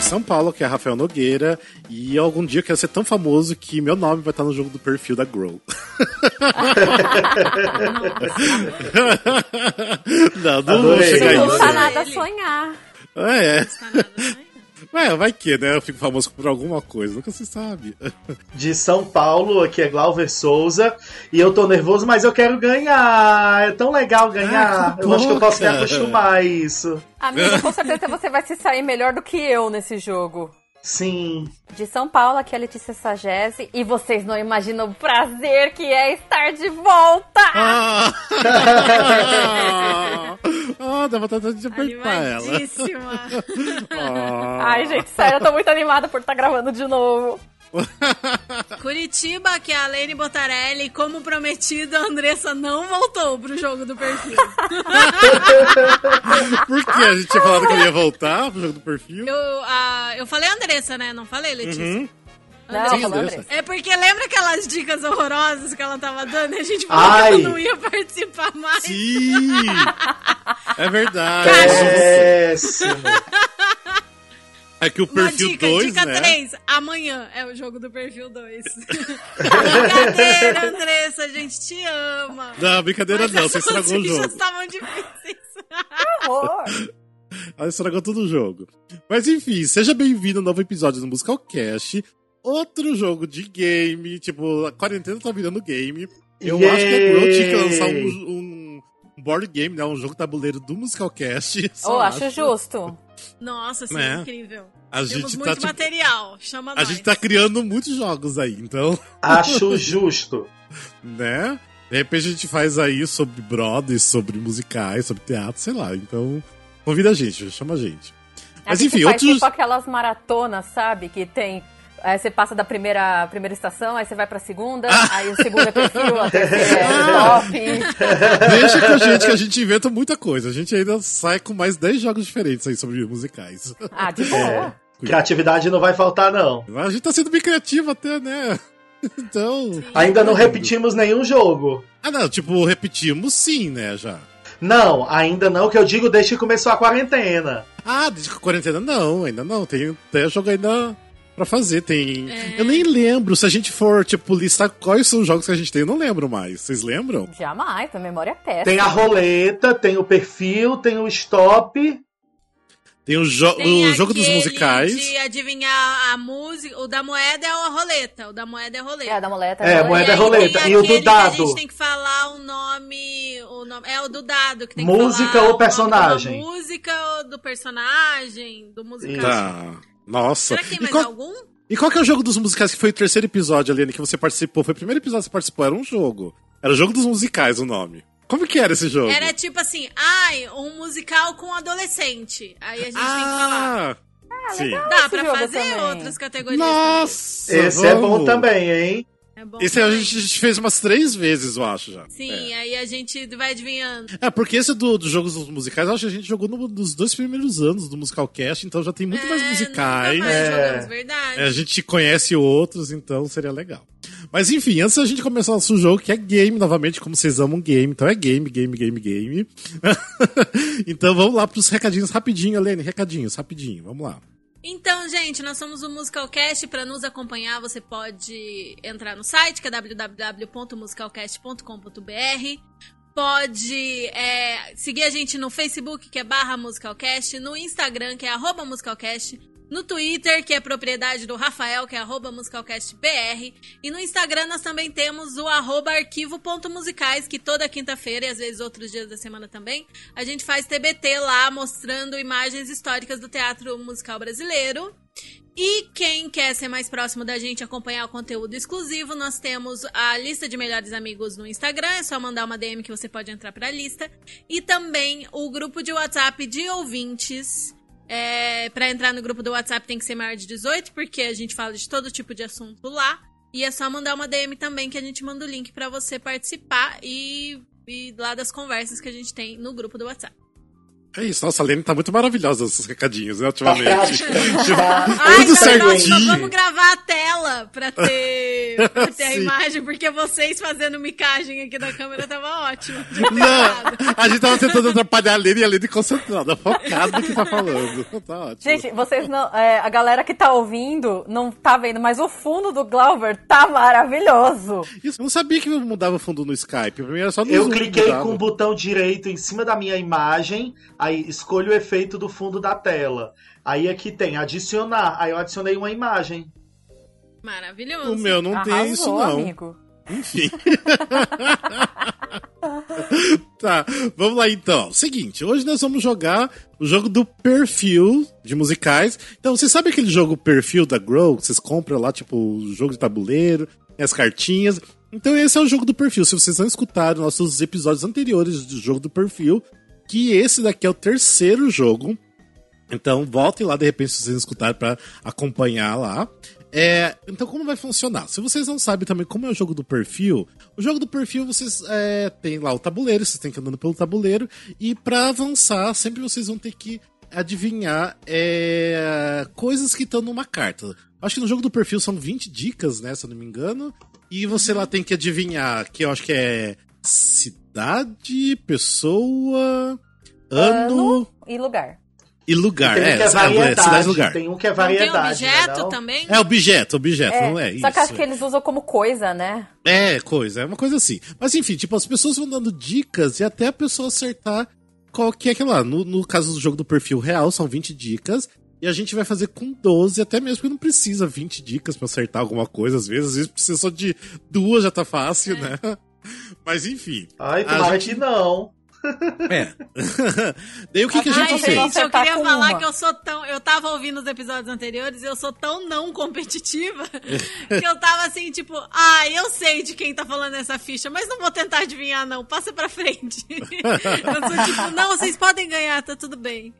São Paulo, que é Rafael Nogueira. E algum dia eu quero ser tão famoso que meu nome vai estar no jogo do perfil da Grow. não, não vou Adorei. chegar Você a isso. não tá custa nada sonhar. É, Tá nada, né? é, vai que, né? Eu fico famoso por alguma coisa, nunca se sabe. De São Paulo, aqui é Glauber Souza. E eu tô nervoso, mas eu quero ganhar. É tão legal Ah, ganhar. que eu acho que eu bom, posso me cara. acostumar a isso. Amigo, com certeza você vai se sair melhor do que eu nesse jogo. Sim. De São Paulo, aqui é a Letícia Sagese. E vocês não imaginam o prazer que é estar de volta! Ah, Ah, dá vontade de apertar ela. Animadíssima. Ah. Ai, gente, sério, eu tô muito animada por estar gravando de novo. Curitiba, que é a Lene Botarelli, como prometido, a Andressa não voltou pro jogo do perfil. Por que a gente tinha falado que ele ia voltar pro jogo do perfil? Eu, ah, eu falei Andressa, né? Não falei, Letícia. Uhum. Não, Ah, Sim, falou, Andressa. Andressa. É porque lembra aquelas dicas horrorosas que ela tava dando e a gente falou Ai. que eu não ia participar mais? Sim! É verdade. Péssimo. É que o é Uma perfil dica, 2, dica né? 3. Amanhã é o jogo do perfil 2. Brincadeira, Andressa, a gente te ama. Não, brincadeira Mas não, as você estragou o notícias jogo. estavam difíceis. Horror. Ela estragou todo o jogo. Mas enfim, seja bem-vindo ao novo episódio do Musicalcast. Outro jogo de game, tipo, a quarentena tá virando game. Eu Yay! acho que a Grow tinha que lançar um, um board game, né? Um jogo tabuleiro do Musicalcast. Eu Só acho justo. Nossa, isso Né? é incrível. A Temos gente muito tá, tipo, material. Chama a nós. gente tá criando muitos jogos aí, então... Acho justo. né? De repente a gente faz aí sobre Broadway, sobre musicais, sobre teatro, sei lá. Então, convida a gente, chama a gente. A Mas gente enfim, faz outros. tipo aquelas maratonas, sabe? Que tem. Aí você passa da primeira, primeira estação, aí você vai pra segunda, Ah. aí o segundo é perfil, a terceira é top. Deixa com a gente que a gente inventa muita coisa. A gente ainda sai com mais 10 jogos diferentes aí sobre musicais. Ah, de boa. É. Criatividade não vai faltar, não. A gente tá sendo bem criativo até, né? Então. Ainda não repetimos nenhum jogo. Ah, não, tipo, repetimos sim, né, já. Não, ainda não, que eu digo desde que começou a quarentena. Ah, desde que a quarentena não, ainda não. Tem até jogo ainda pra fazer. Tem. Eu nem lembro. Se a gente for, tipo, listar quais são os jogos que a gente tem, eu não lembro mais. Vocês lembram? Jamais, tua memória é péssima. Tem a roleta, tem o perfil, tem o stop. Tem o, jo- Tem o jogo dos aquele musicais. De adivinhar a música. O da moeda é a roleta. O da moeda é a roleta. É, a da muleta. É, a E aí tá moeda é tem roleta. E o do aquele que dado? a gente tem que falar o nome, o nome- É o do dado que tem Música que ou falar. o nome de uma personagem? Música ou do personagem, do musical. Tá. Nossa. Será que tem E mais qual, algum? e qual que é o jogo dos musicais que foi o terceiro episódio, Aline, que você participou? Foi o primeiro episódio que você participou, era um jogo. Era o jogo dos musicais o nome. Como que era esse jogo? Era tipo assim, ai, um musical com adolescente. Aí a gente tem que é falar. ah, sim. Dá esse pra jogo fazer também. outras categorias. Nossa! Esse é bom vamos. também, hein? também. É bom Esse a também. gente a gente fez umas três vezes, eu acho, já. Sim, aí a gente vai adivinhando. É, porque esse do- dos jogos dos musicais, eu acho que a gente jogou no- nos dois primeiros anos do Musicalcast, então já tem muito mais É, musicais. né? Nunca mais É. jogamos, verdade. É, a gente conhece outros, então seria legal. Mas enfim, antes da gente começar o nosso jogo, que é game novamente, como vocês amam game, então é game, game, game, game. então vamos lá pros recadinhos rapidinho, Helene, recadinhos, rapidinho, vamos lá. Então, gente, nós somos o Musicalcast. Para nos acompanhar, você pode entrar no site, que é www.musicalcast.com.br. Pode é, seguir a gente no Facebook, que é barra musicalcast, no Instagram, que é arroba musicalcast, no Twitter, que é propriedade do Rafael, que é arroba musicalcastbr, e no Instagram nós também temos o arroba arquivo.musicais, que toda quinta-feira e às vezes outros dias da semana também, a gente faz TBT lá, mostrando imagens históricas do teatro musical brasileiro. E quem quer ser mais próximo da gente e acompanhar o conteúdo exclusivo, nós temos a lista de melhores amigos no Instagram, é só mandar uma DM que você pode entrar pra lista. E também o grupo de WhatsApp de ouvintes. É, para entrar no grupo do WhatsApp tem que ser maior de 18, porque a gente fala de todo tipo de assunto lá. E é só mandar uma DM também que a gente manda o link pra você participar e, e lá das conversas que a gente tem no grupo do WhatsApp. É isso, nossa, a Helene tá muito maravilhosa nesses recadinhos, né, ultimamente. Tá. Tipo, Ai, então, tudo na próxima, certinho. vamos gravar a tela pra ter pra ter a Sim. imagem, porque vocês fazendo micagem aqui da câmera tava ótimo. Não, a gente tava tentando atrapalhar a Lene e a Lene concentrada, focada no que tá falando. Tá ótimo. Gente, vocês não. é, a galera que tá ouvindo não tá vendo, mas o fundo do Glauber tá maravilhoso. Isso, eu não sabia que mudava fundo no Skype. Primeiro era só no Eu Zoom que cliquei mudava. com o botão direito em cima da minha imagem, aí escolho o efeito do fundo da tela. Aí aqui tem adicionar, aí eu adicionei uma imagem. Maravilhoso. O meu não tem Arrasou, isso, não. amigo. Enfim. tá, vamos lá então. Seguinte, hoje nós vamos jogar o jogo do perfil de musicais. Então, você sabe aquele jogo perfil da Grow? Que vocês compram lá, tipo, o jogo de tabuleiro, tem as cartinhas. Então, esse é o jogo do perfil. Se vocês não escutaram nossos episódios anteriores do jogo do perfil, que esse daqui é o terceiro jogo. Então, voltem lá, de repente, se vocês escutaram pra acompanhar lá. É, então, como vai funcionar? Se vocês não sabem também como é o jogo do perfil, o jogo do perfil vocês é, tem lá o tabuleiro, vocês têm que ir andando pelo tabuleiro, e pra avançar, sempre vocês vão ter que adivinhar é, coisas que estão numa carta. Acho que no jogo do perfil são 20 dicas, né? Se eu não me engano. E você lá tem que adivinhar, que eu acho que é cidade, pessoa, ano E lugar. e lugar. tem um é, é, que é é, variedade. cidade e lugar. Tem um que é Não tem variedade. né, objeto não? também? É objeto, objeto, não é isso. só que acho que eles usam como coisa, né? É, coisa, é uma coisa assim. Mas enfim, tipo, as pessoas vão dando dicas e até a pessoa acertar qual que é aquilo lá. No, no caso do jogo do perfil real, são 20 dicas. E a gente vai fazer com 12, até mesmo porque não precisa 20 dicas pra acertar alguma coisa, às vezes. Às vezes precisa só de duas, já tá fácil, né? Mas enfim. Ai, A tomara Ah, gente- que não. É. Daí o que, que a Ai, gente vocês fez? vão gente, eu acertar queria tá com falar uma. que eu sou tão. Eu tava ouvindo os episódios anteriores e eu sou tão não competitiva que eu tava assim, tipo, ah, eu sei de quem tá falando essa ficha, mas não vou tentar adivinhar, não. Passa pra frente. eu sou tipo, não, vocês podem ganhar, tá tudo bem.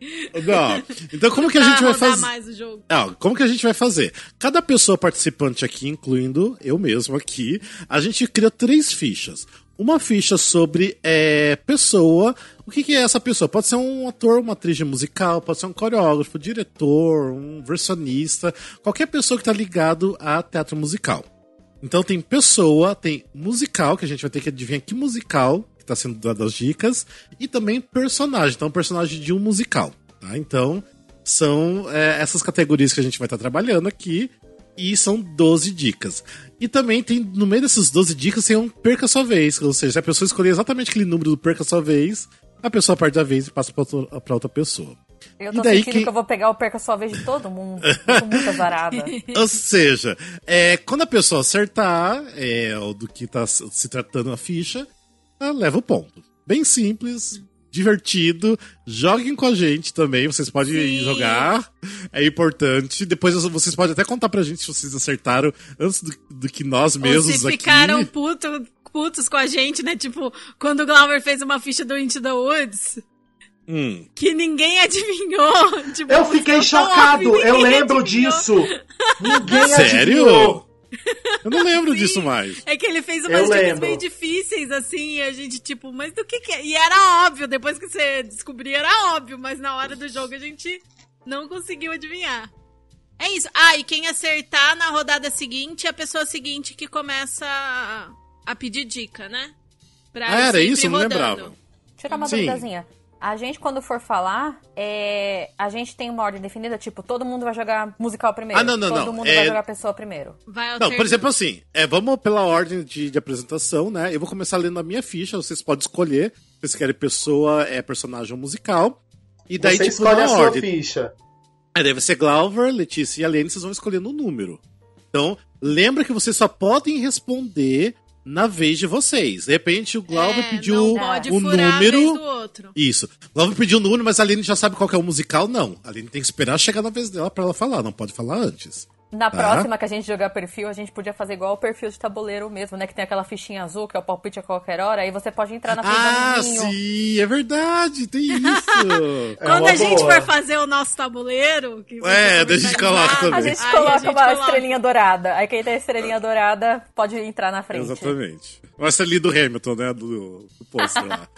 Não. Então como que a gente pra vai rodar fazer? mais o jogo. Ah, como que a gente vai fazer? Cada pessoa participante aqui, incluindo eu mesmo aqui, a gente cria três fichas. Uma ficha sobre é, pessoa. O que, que é essa pessoa? Pode ser um ator, uma atriz de musical, pode ser um coreógrafo, diretor, um versionista, qualquer pessoa que tá ligado a teatro musical. Então tem pessoa, tem musical, que a gente vai ter que adivinhar que musical que tá sendo dado as dicas, e também personagem, então personagem de um musical, tá? Então são é, essas categorias que a gente vai estar trabalhando aqui, e são 12 dicas. E também tem, no meio dessas 12 dicas, tem um perca sua vez, ou seja, se a pessoa escolher exatamente aquele número do perca sua vez, a pessoa parte da vez e passa pra outra- pra outra pessoa. Eu E tô daí sentindo que- que... eu vou pegar o perca sua vez de todo mundo. Eu tô muito azarada. Ou seja, é, quando a pessoa acertar é, o do que tá se se tratando a ficha, ela leva o ponto. Bem simples, divertido. Joguem com a gente também, vocês podem Sim. jogar, é importante. Depois vocês podem até contar pra gente se vocês acertaram antes do, do que nós Ou mesmos se aqui. ficaram puto, putos com a gente, né? Tipo, quando o Glauber fez uma ficha do Into the Woods. Hum. que ninguém adivinhou. Tipo, Eu fiquei isso não chocado, houve, eu ninguém lembro adivinhou. disso. Ninguém Sério? adivinhou. Eu não lembro Sim. disso mais. É que ele fez Eu umas dicas lembro. meio difíceis, assim, e a gente, tipo, mas do que que é? E era óbvio, depois que você descobria, era óbvio, mas na hora do jogo a gente não conseguiu adivinhar. É isso. Ah, e quem acertar na rodada seguinte é a pessoa seguinte que começa a, a pedir dica, né? Pra Ah, era sempre ir isso? Eu não rodando. lembrava. Tira uma Sim. duvidazinha. A gente, quando for falar, é, a gente tem uma ordem definida, tipo, todo mundo vai jogar musical primeiro. Ah, não, não, Todo não. mundo É- vai jogar pessoa primeiro. Vai Não, por alternando. exemplo, assim, é, vamos pela ordem de, de apresentação, né? Eu vou começar lendo a minha ficha, vocês podem escolher se vocês querem pessoa, é, personagem ou musical. E daí, Você tipo, escolhe na a sua ordem. ficha. É, deve ser Glauber, Letícia e Alene, vocês vão escolhendo o número. Então, lembra que vocês só podem responder na vez de vocês. De repente, o Glauber É, pediu não pode o furar a vez número. do É outro. Isso. Glauber pediu o número, mas a Aline já sabe qual que é o musical, não. A Aline tem que esperar chegar na vez dela pra ela falar, não pode falar antes. Na Tá. próxima que a gente jogar perfil, a gente podia fazer igual o perfil de tabuleiro mesmo, né? Que tem aquela fichinha azul, que é o palpite a qualquer hora, aí você pode entrar na frente do Ah, amiguinho. sim, é verdade, tem isso. É Quando uma a gente boa. for fazer o nosso tabuleiro. que vai É, ser daí a gente muito coloca animado, também. A aí gente coloca uma coloca. estrelinha dourada. Aí quem tem a estrelinha dourada pode entrar na frente. Exatamente. Mas ali do Hamilton, né? Do, do pôster lá.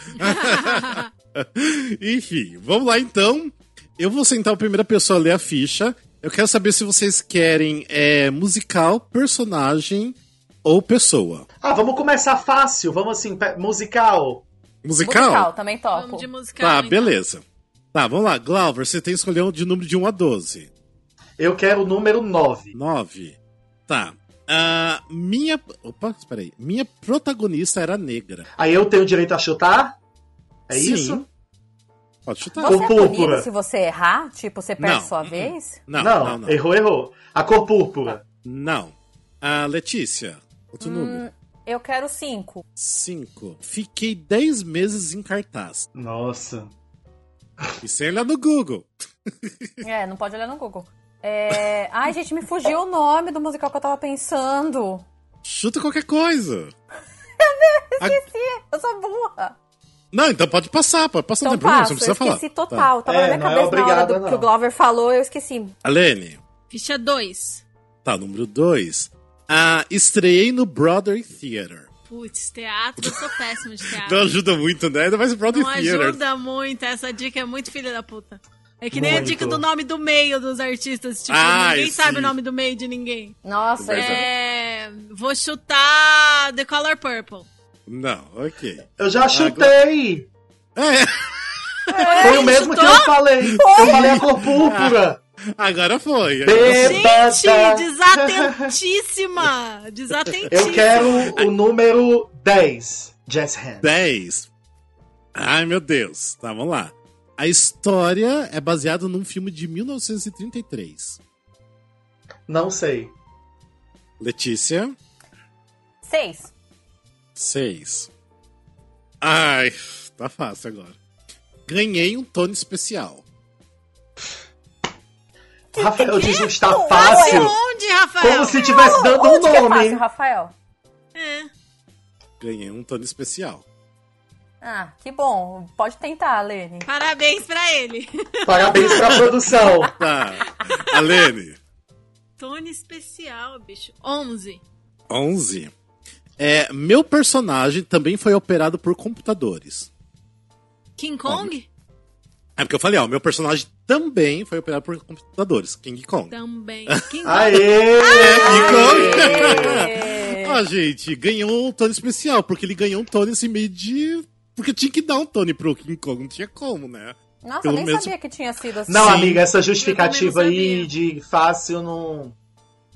Enfim, vamos lá então. Eu vou sentar a primeira pessoa a ler a ficha. Eu quero saber se vocês querem é, musical, personagem, ou pessoa? Ah, vamos começar fácil. Vamos assim, pe- musical. Musical? também Vamos topo. de musical. Tá, então. beleza. Tá, vamos lá. Glauber, você tem que escolher um de número de 1 a 12. Eu quero o número 9. 9. Tá. Ah, minha. Opa, espera aí. Minha protagonista era negra. Aí eu tenho direito a chutar? É Sim. isso? Pode chutar. Você é Púrpura. punido se você errar? Tipo, você perde Não. sua vez? Não, não, não. Errou, errou. A cor púrpura. Não. Ah, Letícia, outro Ah. número. Eu quero cinco. 5. Fiquei 10 meses em cartaz. Nossa. E sem olhar no Google. É, não pode olhar no Google. É... Ai, gente, me fugiu o nome do musical que eu tava pensando. Chuta qualquer coisa. Eu sou burra. Não, então pode passar, pode passar, não Então tem problema, passo, você não precisa eu falar. esqueci Tá. total. Tava É, na minha não é cabeça na obrigada, hora do que não. o Glover falou, eu esqueci. Tá. Alene, Ficha 2. tá, número 2. Ah, estreiei no Broadway Theater. Putz, teatro, eu sou péssimo de Ah. teatro. Não ajuda muito, né? Ainda mais o Broadway Não Theater. ajuda muito, essa dica é muito filha da puta. É que nem a Muito. dica do nome do meio dos artistas, tipo, Ah, ninguém sim. sabe o nome do meio de ninguém. Nossa, Verdade. gente. É, vou chutar The Color Purple. Não, ok. Eu já chutei! É, Foi o mesmo que eu falei. Eu falei a cor Ah. púrpura. agora foi. Gente, Bêbada. desatentíssima! Desatentíssima. Eu quero o número 10. Jazz Hands. 10. Ai, meu Deus. Tá, vamos lá. A história é baseada num filme de 1933. Não sei. Letícia, Seis. 6. Ai, tá fácil agora. Ganhei um Tony especial. Rafael diz que está Não, fácil. Onde, Rafael? assim, Como se estivesse dando um Onde que é nome. fácil, Rafael? É. Ganhei um Tony especial. Ah, que bom. Pode tentar, Lene. Parabéns pra ele. Parabéns pra produção. Tá. Alene, Tony especial, bicho. 11. 11. É, meu personagem também foi operado por computadores. King Kong? É porque eu falei, ó, meu personagem também foi operado por computadores. King Kong. Também. King Ah, Kong. Aê! Ah! King Kong! Ó, Ah, gente, ganhou um Tony especial, porque ele ganhou um Tony assim meio de. Porque tinha que dar um Tony pro King Kong, não tinha como, né? Nossa, eu Pelo nem menos- sabia que tinha sido assim. Não, Sim. amiga, essa justificativa Eu também aí não de fácil não.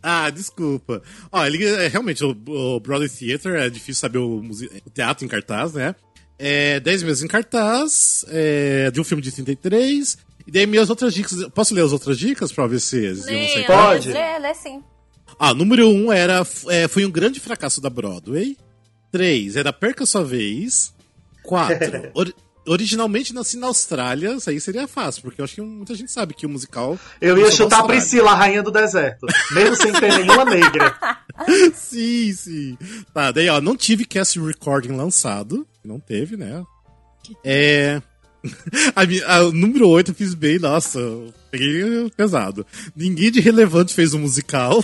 Ah, desculpa. Ó, ele é, realmente, o, o Broadway Theater é difícil saber o, muse- o teatro em cartaz, né? É, 10 meses em cartaz, é, de um filme de 33. E daí minhas outras dicas. Posso ler as outras dicas pra ver se eles iam Leia. sair? Pode? Lê, lê sim. Ah, número 1 um era. f- é, foi um grande fracasso da Broadway. 3 era Perca Sua Vez. 4. originalmente nasci na Austrália. Isso aí seria fácil, porque eu acho que muita gente sabe que o musical. Eu ia começou na chutar a Austrália. Priscila, a rainha do deserto. Mesmo sem ter nenhuma negra. Sim, sim. Tá, daí, ó, não tive cast recording lançado. Não teve, né? É. A, mi- a- o número 8 eu fiz bem, nossa, eu peguei pesado. Ninguém de relevante fez um musical.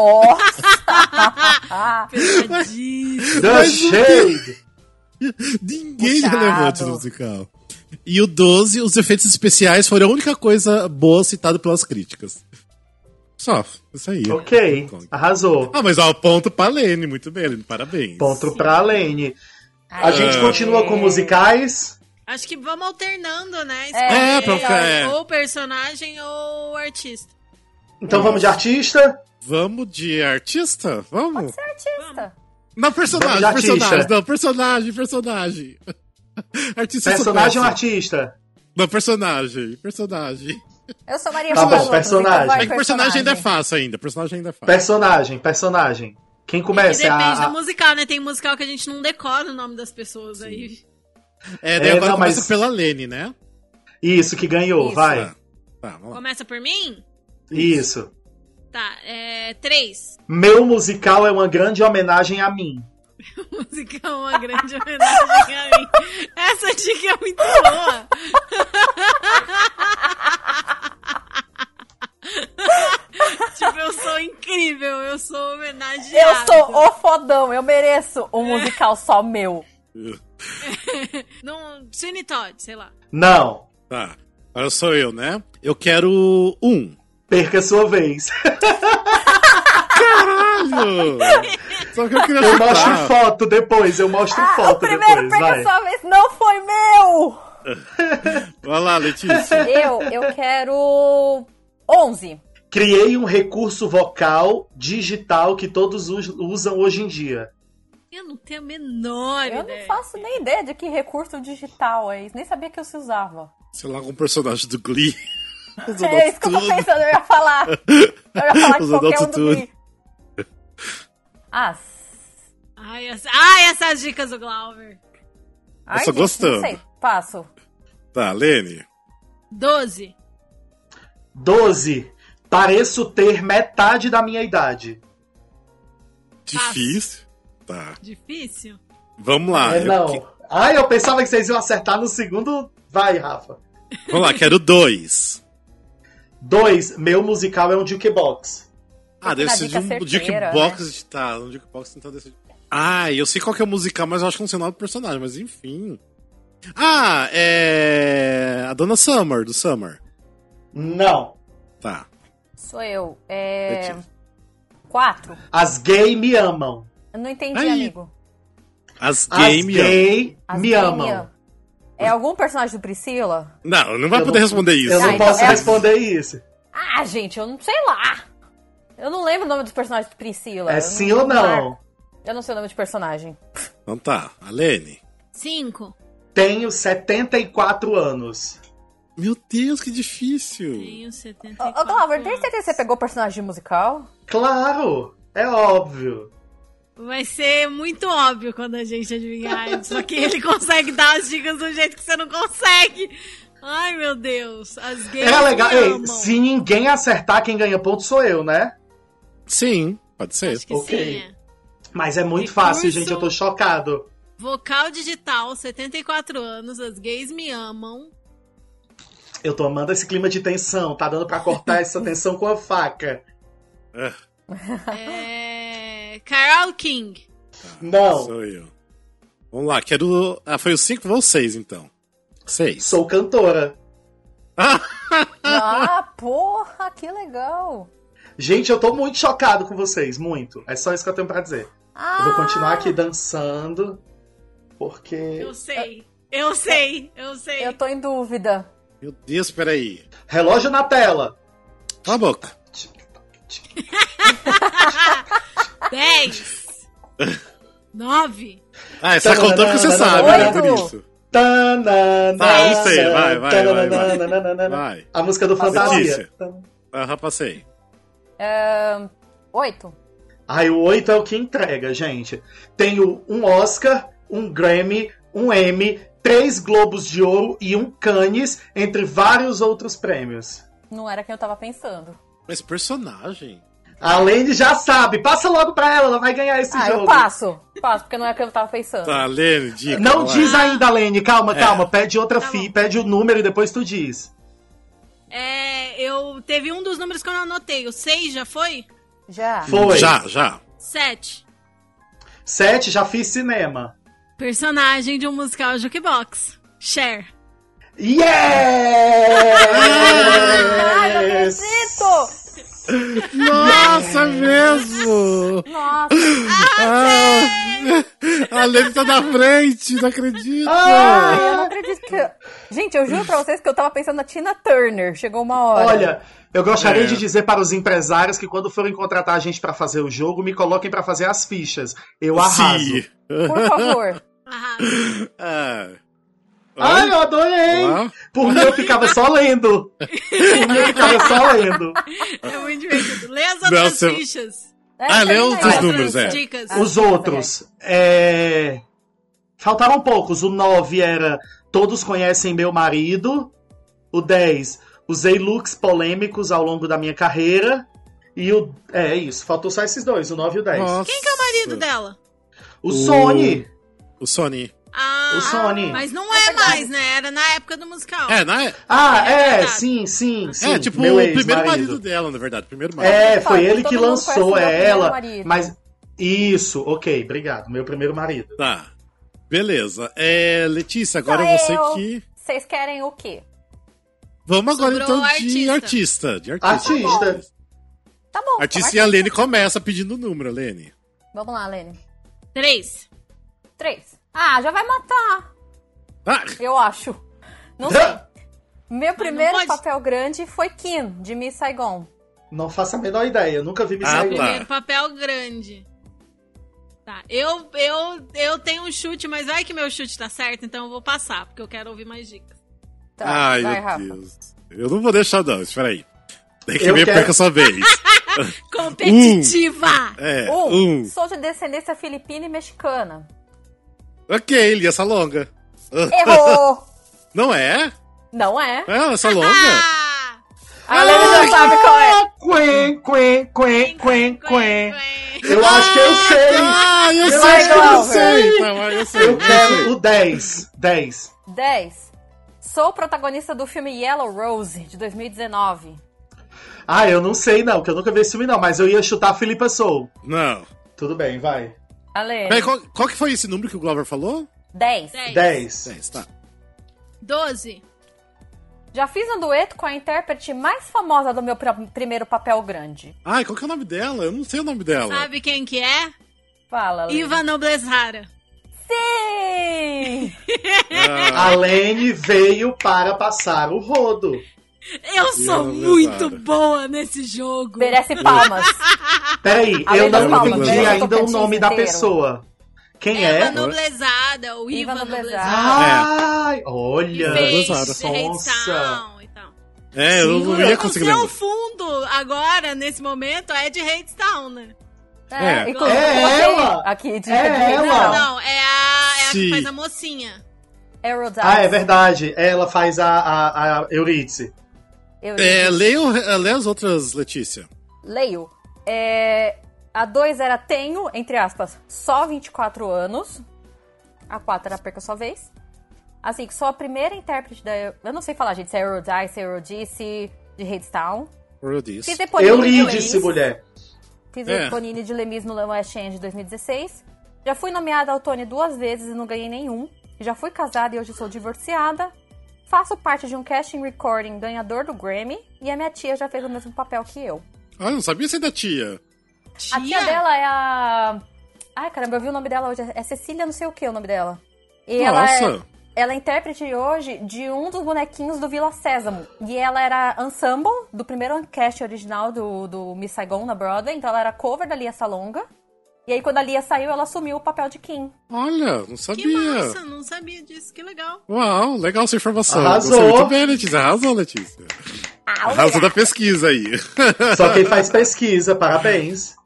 Nossa! Pesadíssimo. The Shade! Ninguém Puxado. relevante no musical. E o 12, os efeitos especiais foram a única coisa boa citada pelas críticas. Só, isso aí. É Ok, arrasou. Ah, mas ó, ponto pra Lene, muito bem, Lene, parabéns. Ponto pra Lene. A Aê. gente continua com musicais. Acho que vamos alternando, né? É, Escolher pra- é. Ou personagem ou artista. Então vamos de artista? Vamos de artista? Vamos? Você é artista. Não, personagem, Vamos de personagem. artista. Não, personagem, personagem. Artista eu sou Personagem ou péssimo. artista? Não, personagem, personagem. Eu sou Maria Tá bom, Marajoto, personagem. então vai, É que personagem ainda é fácil ainda, personagem ainda é fácil. Personagem, personagem. Quem É que começa? depende A- do a- musical, né? Tem musical que a gente não decora o nome das pessoas aí. É, daí É, agora não, começa mas- pela Lene, né? Isso, que ganhou, Isso. vai. Tá, vamos lá. Começa por mim? Isso. Tá, é. Três. Meu musical é uma grande homenagem a mim. Música é uma grande homenagem a mim. Essa dica é muito boa. tipo, eu sou incrível, eu sou homenageada. Eu sou o fodão, eu mereço um musical só meu. Num Sweeney Todd, sei lá. Não. Tá. Agora sou eu, né? Eu quero um. Perca a sua vez. Caralho! Só que eu queria Eu mostro chutar. foto depois, eu mostro Ah, o foto primeiro depois, pega vai. sua vez não foi meu! Vai lá, Letícia. Eu, eu quero 11. Criei um recurso vocal digital que todos us- usam hoje em dia. Eu não tenho a menor Eu ideia. não faço nem ideia de que recurso digital é isso. Nem sabia que eu se usava. Sei lá, algum personagem do Glee. Os É isso que eu tô adultos. pensando, eu ia falar. Eu ia falar de Os qualquer um adultos do Glee. Ah, s- Ai, essa- ai, essas dicas do Glauber. ai, só gente, gostando. Não sei, passo. Tá, Lene. 12. 12. Pareço ter metade da minha idade. Difícil. Tá. Difícil? Vamos lá. Ah, é, eu não. que- Ai, eu pensava que vocês iam acertar no segundo. Vai, Rafa. Vamos lá, quero dois. 2. Meu musical é um jukebox. Ah, deve Na ser de dica um certeira, né? jukebox de tá, um jukebox então deve ser. Ah, eu sei qual que é o musical, mas eu acho que não sei o nome do personagem, mas enfim. Ah, é a Dona Summer do Summer. Não. Tá. Sou eu. É. Letícia. Quatro. As gay me amam. Eu não entendi, Aí. amigo. As As Game. é- gay As me gay amam. É algum personagem do Priscila? Não, não vai Eu poder não- responder isso. Eu Ah, não então posso é- responder isso. Ah, gente, eu não sei lá. Eu não lembro o nome dos personagens do Priscila. É Eu sim ou não? Eu não sei o nome de personagem. Então tá, Alene. 5. Tenho 74 anos. Meu Deus, que difícil. Tenho Ô, 74. ô Glauber, tem certeza que você pegou personagem de musical? Claro, é óbvio. Vai ser muito óbvio quando a gente adivinhar. isso, Só que ele consegue dar as dicas do jeito que você não consegue. Ai, meu Deus. As gays Era É legal. me Ei, amam. se ninguém acertar, quem ganha ponto sou eu, né? Sim, pode ser. Acho que Ok. sim. é. Mas é muito Recurso. fácil, gente. Eu tô chocado. Vocal digital, 74 anos, as gays me amam. Eu tô amando esse clima de tensão. Tá dando pra cortar essa tensão com a faca. Ah, É... Carol King. Não, Sou eu. Vamos lá, quero. Ah, foi o 5, vão 6 então. 6. sou cantora. Ah, porra, que legal. Gente, eu tô muito chocado com vocês, muito. É só isso que eu tenho pra dizer. Ah, Eu vou continuar aqui dançando, porque. Eu sei. Eu sei, eu sei. Eu tô em dúvida. Meu Deus, peraí. Relógio na tela! Cala a boca. 10. 9. Ah, você tá contando porque você sabe, né? Por Oito. isso. Tanana, Tá, eu sei. Vai, vai, vai, vai. tananana. Vai. A música do Fantasia. Letícia. Aham, passei. Ahn, É, oito. Aí o 8 é o que entrega, gente. Tenho um Oscar, um Grammy, um Emmy, três Globos de Ouro e um Cannes, entre vários outros prêmios. Não era quem eu tava pensando. Mas personagem? A Lene já sabe, passa logo pra ela, ela vai ganhar esse ah, jogo. eu passo. Passo, porque não era quem eu tava pensando. Tá, Lene, dica. Não vai. diz ainda, Lene, calma, É. calma. Pede outra Tá fi, bom. pede o número e depois tu diz. É, eu teve um dos números que eu não anotei. O 6 já foi? Já. Foi. Já, já. 7. Sete, já fiz cinema. Personagem de um musical jukebox. Cher. Ai, não Yes! acredito! Nossa, mesmo! Nossa, Ah, a Lene tá na frente, não acredito! Ah, Tá. ai, eu não acredito que... Gente, eu juro pra vocês que eu tava pensando na Tina Turner. Chegou uma hora. Olha, eu gostaria É. de dizer para os empresários que quando forem contratar a gente para fazer o jogo, me coloquem para fazer as fichas. Eu arraso. Sim. Por favor. Arrasa. Ah. Ai, eu adorei! Olá. Por mim eu ficava só lendo. Por mim eu ficava só lendo. É muito divertido. Lê as outras Nossa. fichas. É, Ah, lê termina outros aí. As números, outras é. Dicas. Os outros. É... Faltaram poucos. O 9 era Todos Conhecem Meu Marido. O 10, usei looks polêmicos ao longo da minha carreira. E o. É isso, faltou só esses dois, o 9 e o 10. Quem que é o marido dela? O Sony. O Sony. Ah, O Sony. Mas não é mais, né? Era na época do musical. É, na, é, Ah, é, É, sim, sim, sim. tipo, meu o ex-marido. primeiro marido. dela, na verdade. Primeiro marido. É, Fala, foi ele todo que mundo lançou, conhece o meu é primeiro ela. marido. Mas. Isso, ok, obrigado. Meu primeiro marido. Tá. Beleza. É, Letícia, agora é você Sou eu. que. Vocês querem o quê? Vamos agora Sobrou então de artista. artista. De artista. Artista. Tá bom. Artista vai. e a Lene começa pedindo o número, Lene. Vamos lá, Lene. Três. Três. Ah, já vai matar, Ah, eu acho. Não sei. Meu primeiro pode. papel grande foi Kim, de Miss Saigon. Não faço a menor ideia, eu nunca vi me Ah, sair. tá. Primeiro papel grande. Tá. Eu, eu, eu tenho um chute, mas vai que meu chute tá certo, então eu vou passar, porque eu quero ouvir mais dicas. Tá, ai, vai, meu Rafa. Deus. Eu não vou deixar, não. Espera aí. Tem que Eu ver quero. perca sua vez. Competitiva! É, Um, um. sou de descendência filipina e mexicana. Ok, li essa longa. Errou! Não é? Não é. É, essa longa? Ah! A Lene não sabe qual é. Quen, quen, quen, quen, quen. quen. Eu acho que eu sei. Ah, eu Eu sei, eu acho que não não, sei. Tá, mas eu sei. Eu quero Eu o 10. 10. 10. Sou protagonista do filme Yellow Rose, de 2019. Ah, eu não sei não, que eu nunca vi esse filme não, mas eu ia chutar a Filipa Soul. sei. Não. Tudo bem, vai. Peraí, Alene, qual, qual é que foi esse número que o Glover falou? 10. Dez. 10. 10, tá. Doze. Já fiz um dueto com a intérprete mais famosa do meu pr- primeiro papel grande. Ai, qual que é o nome dela? Eu não sei o nome dela. Sabe quem que é? Fala, Alene. Iva Nobles Rara. Sim! Ah, A Lene veio para passar o rodo. Eu sou Nobles muito Rara. boa nesse jogo. Merece palmas. Peraí, A né? eu Lene não fala, entendi Lene, ainda o Tocantins nome da inteiro. pessoa. Quem Eva é? Noblezada, ou Iva, Iva Noblezada. Noblezada. Ai, Que olha. fez Noblezada. Nossa. Redstone e tal. é, eu não O ia meu conseguir lembrar. fundo agora, nesse momento, é de Redstone, né? É. Inclusive, É eu botei ela! Aqui, de É de- ela! Não, Não, não. não, é a, é a que Ah. Sim. faz a mocinha. É Rhode Ah, é Island. verdade. Ela faz a, a, a Eurídice. Eu É, leia, o- é, leia as outras, Letícia. Leio. É, a 2 era tenho, entre aspas, só 24 anos. A 4 era perca sua vez. Assim, sou a primeira intérprete da. Eu não sei falar, gente, se é Eurodie, se é Eurydice, de Hadestown. Rodis. Fiz Eponine de Eurídice, Lemis. mulher. Fiz É. Eponine de Lemis no Le Mans Exchange de 2016. Já fui nomeada ao Tony duas vezes e não ganhei nenhum. Já fui casada e hoje sou divorciada. Faço parte de um casting recording ganhador do Grammy. E a minha tia já fez o mesmo papel que eu. Ah, eu não sabia ser da tia. Tia? A tia dela é a. Ai, caramba, eu vi o nome dela hoje. É Cecília, não sei o que o nome dela. E Ela, é, Nossa. ela é intérprete hoje de um dos bonequinhos do Vila Sésamo. E ela era ensemble do primeiro cast original do, do Miss Saigon na Broadway. Então ela era cover da Lia Salonga. E aí, quando a Lia saiu, ela assumiu o papel de Kim. Olha, não sabia. Que massa, não sabia disso, que legal. Uau, legal essa informação. Arrasou. Gostei muito bem, Letícia. Arrasou, Letícia. é. Arrasou da pesquisa aí. Só quem faz pesquisa, parabéns.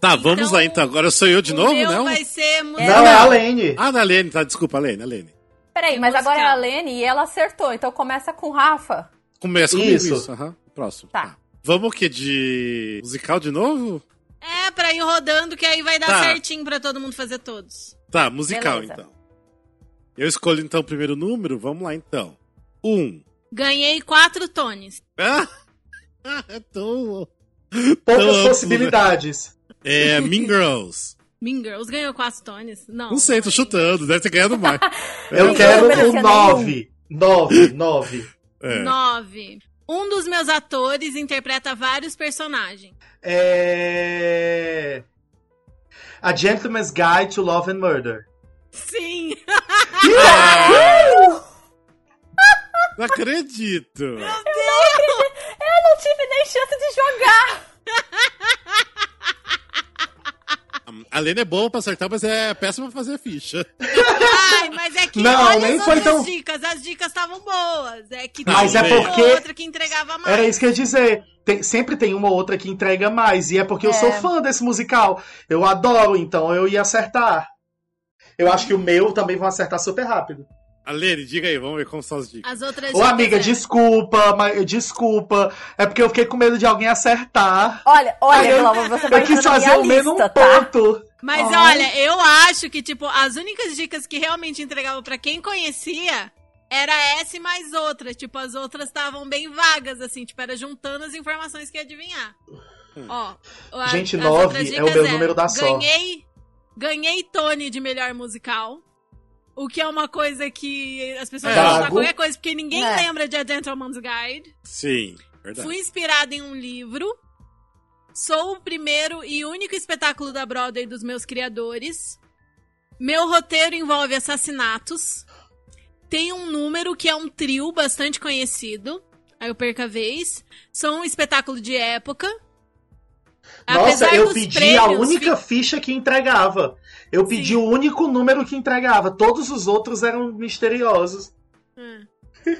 tá, vamos Então, lá então. Agora sou eu de o novo, meu não? vai ser musical. Não, é a Lene. Ah, da Lene, tá. Desculpa, Lene, a Lene. Peraí, Que mas agora é musical. a Lene e ela acertou. Então começa com Rafa. Começa comigo Isso. isso. Aham. Próximo. Tá. Vamos o quê? De musical de novo? É, pra ir rodando, que aí vai dar Tá. certinho pra todo mundo fazer todos. Tá, musical Beleza. então. Eu escolho então o primeiro número. Vamos lá então. Um. Ganhei quatro tones. Ah, é tão... Tão Poucas amplo, possibilidades. né? É, Mean Girls. Mean Girls ganhou quatro tones? Não. Não sei, tô chutando. Deve ter ganhado mais. Eu É, quero merecia o nenhum. 9. 9, 9. é. Nove. Um dos meus atores interpreta vários personagens. É... A Gentleman's Guide to Love and Murder. Sim! Não acredito. Eu não tive nem chance de jogar! A Lene é boa pra acertar, mas é péssima pra fazer ficha. Ai, mas é que Não, olha nem as foi outras tão- dicas. As dicas estavam boas. É que Mas tinha é uma ou porque- outra que entregava mais. Era isso que eu ia dizer. Tem- sempre tem uma ou outra que entrega mais. E é porque eu É. sou fã desse musical. Eu adoro, então eu ia acertar. Eu acho que o meu também vão acertar super rápido. A Lene, diga aí, vamos ver como são as dicas. As outras Ô, amiga, eram- desculpa, mas, desculpa. É porque eu fiquei com medo de alguém acertar. Olha, Aí olha, eu- Glauber, você vai Eu quis entrando na fazer minha ao menos um lista, tá? ponto. Mas Ai. olha, eu acho que, tipo, as únicas dicas que realmente entregava pra quem conhecia era essa e mais outra. Tipo, as outras estavam bem vagas, assim, tipo, era juntando as informações que ia adivinhar. Ó, a- Hum. Gente, as nove outras é o dicas meu eram, número da sorte. ganhei, Ganhei Tony de melhor musical. O que é uma coisa que as pessoas É. Vago. vão chutar qualquer coisa, porque ninguém É. Ah, lembra de A Gentleman's Guide. Sim, verdade. Fui inspirada em um livro. Sou o primeiro e único espetáculo da Broadway dos meus criadores. Meu roteiro envolve assassinatos. Tem um número que é um trio bastante conhecido. Aí eu perco a vez. Sou um espetáculo de época. Nossa, eu dos pedi a prêmios única ficha que entregava. Eu pedi Sim. o único número que entregava. Todos os outros eram misteriosos.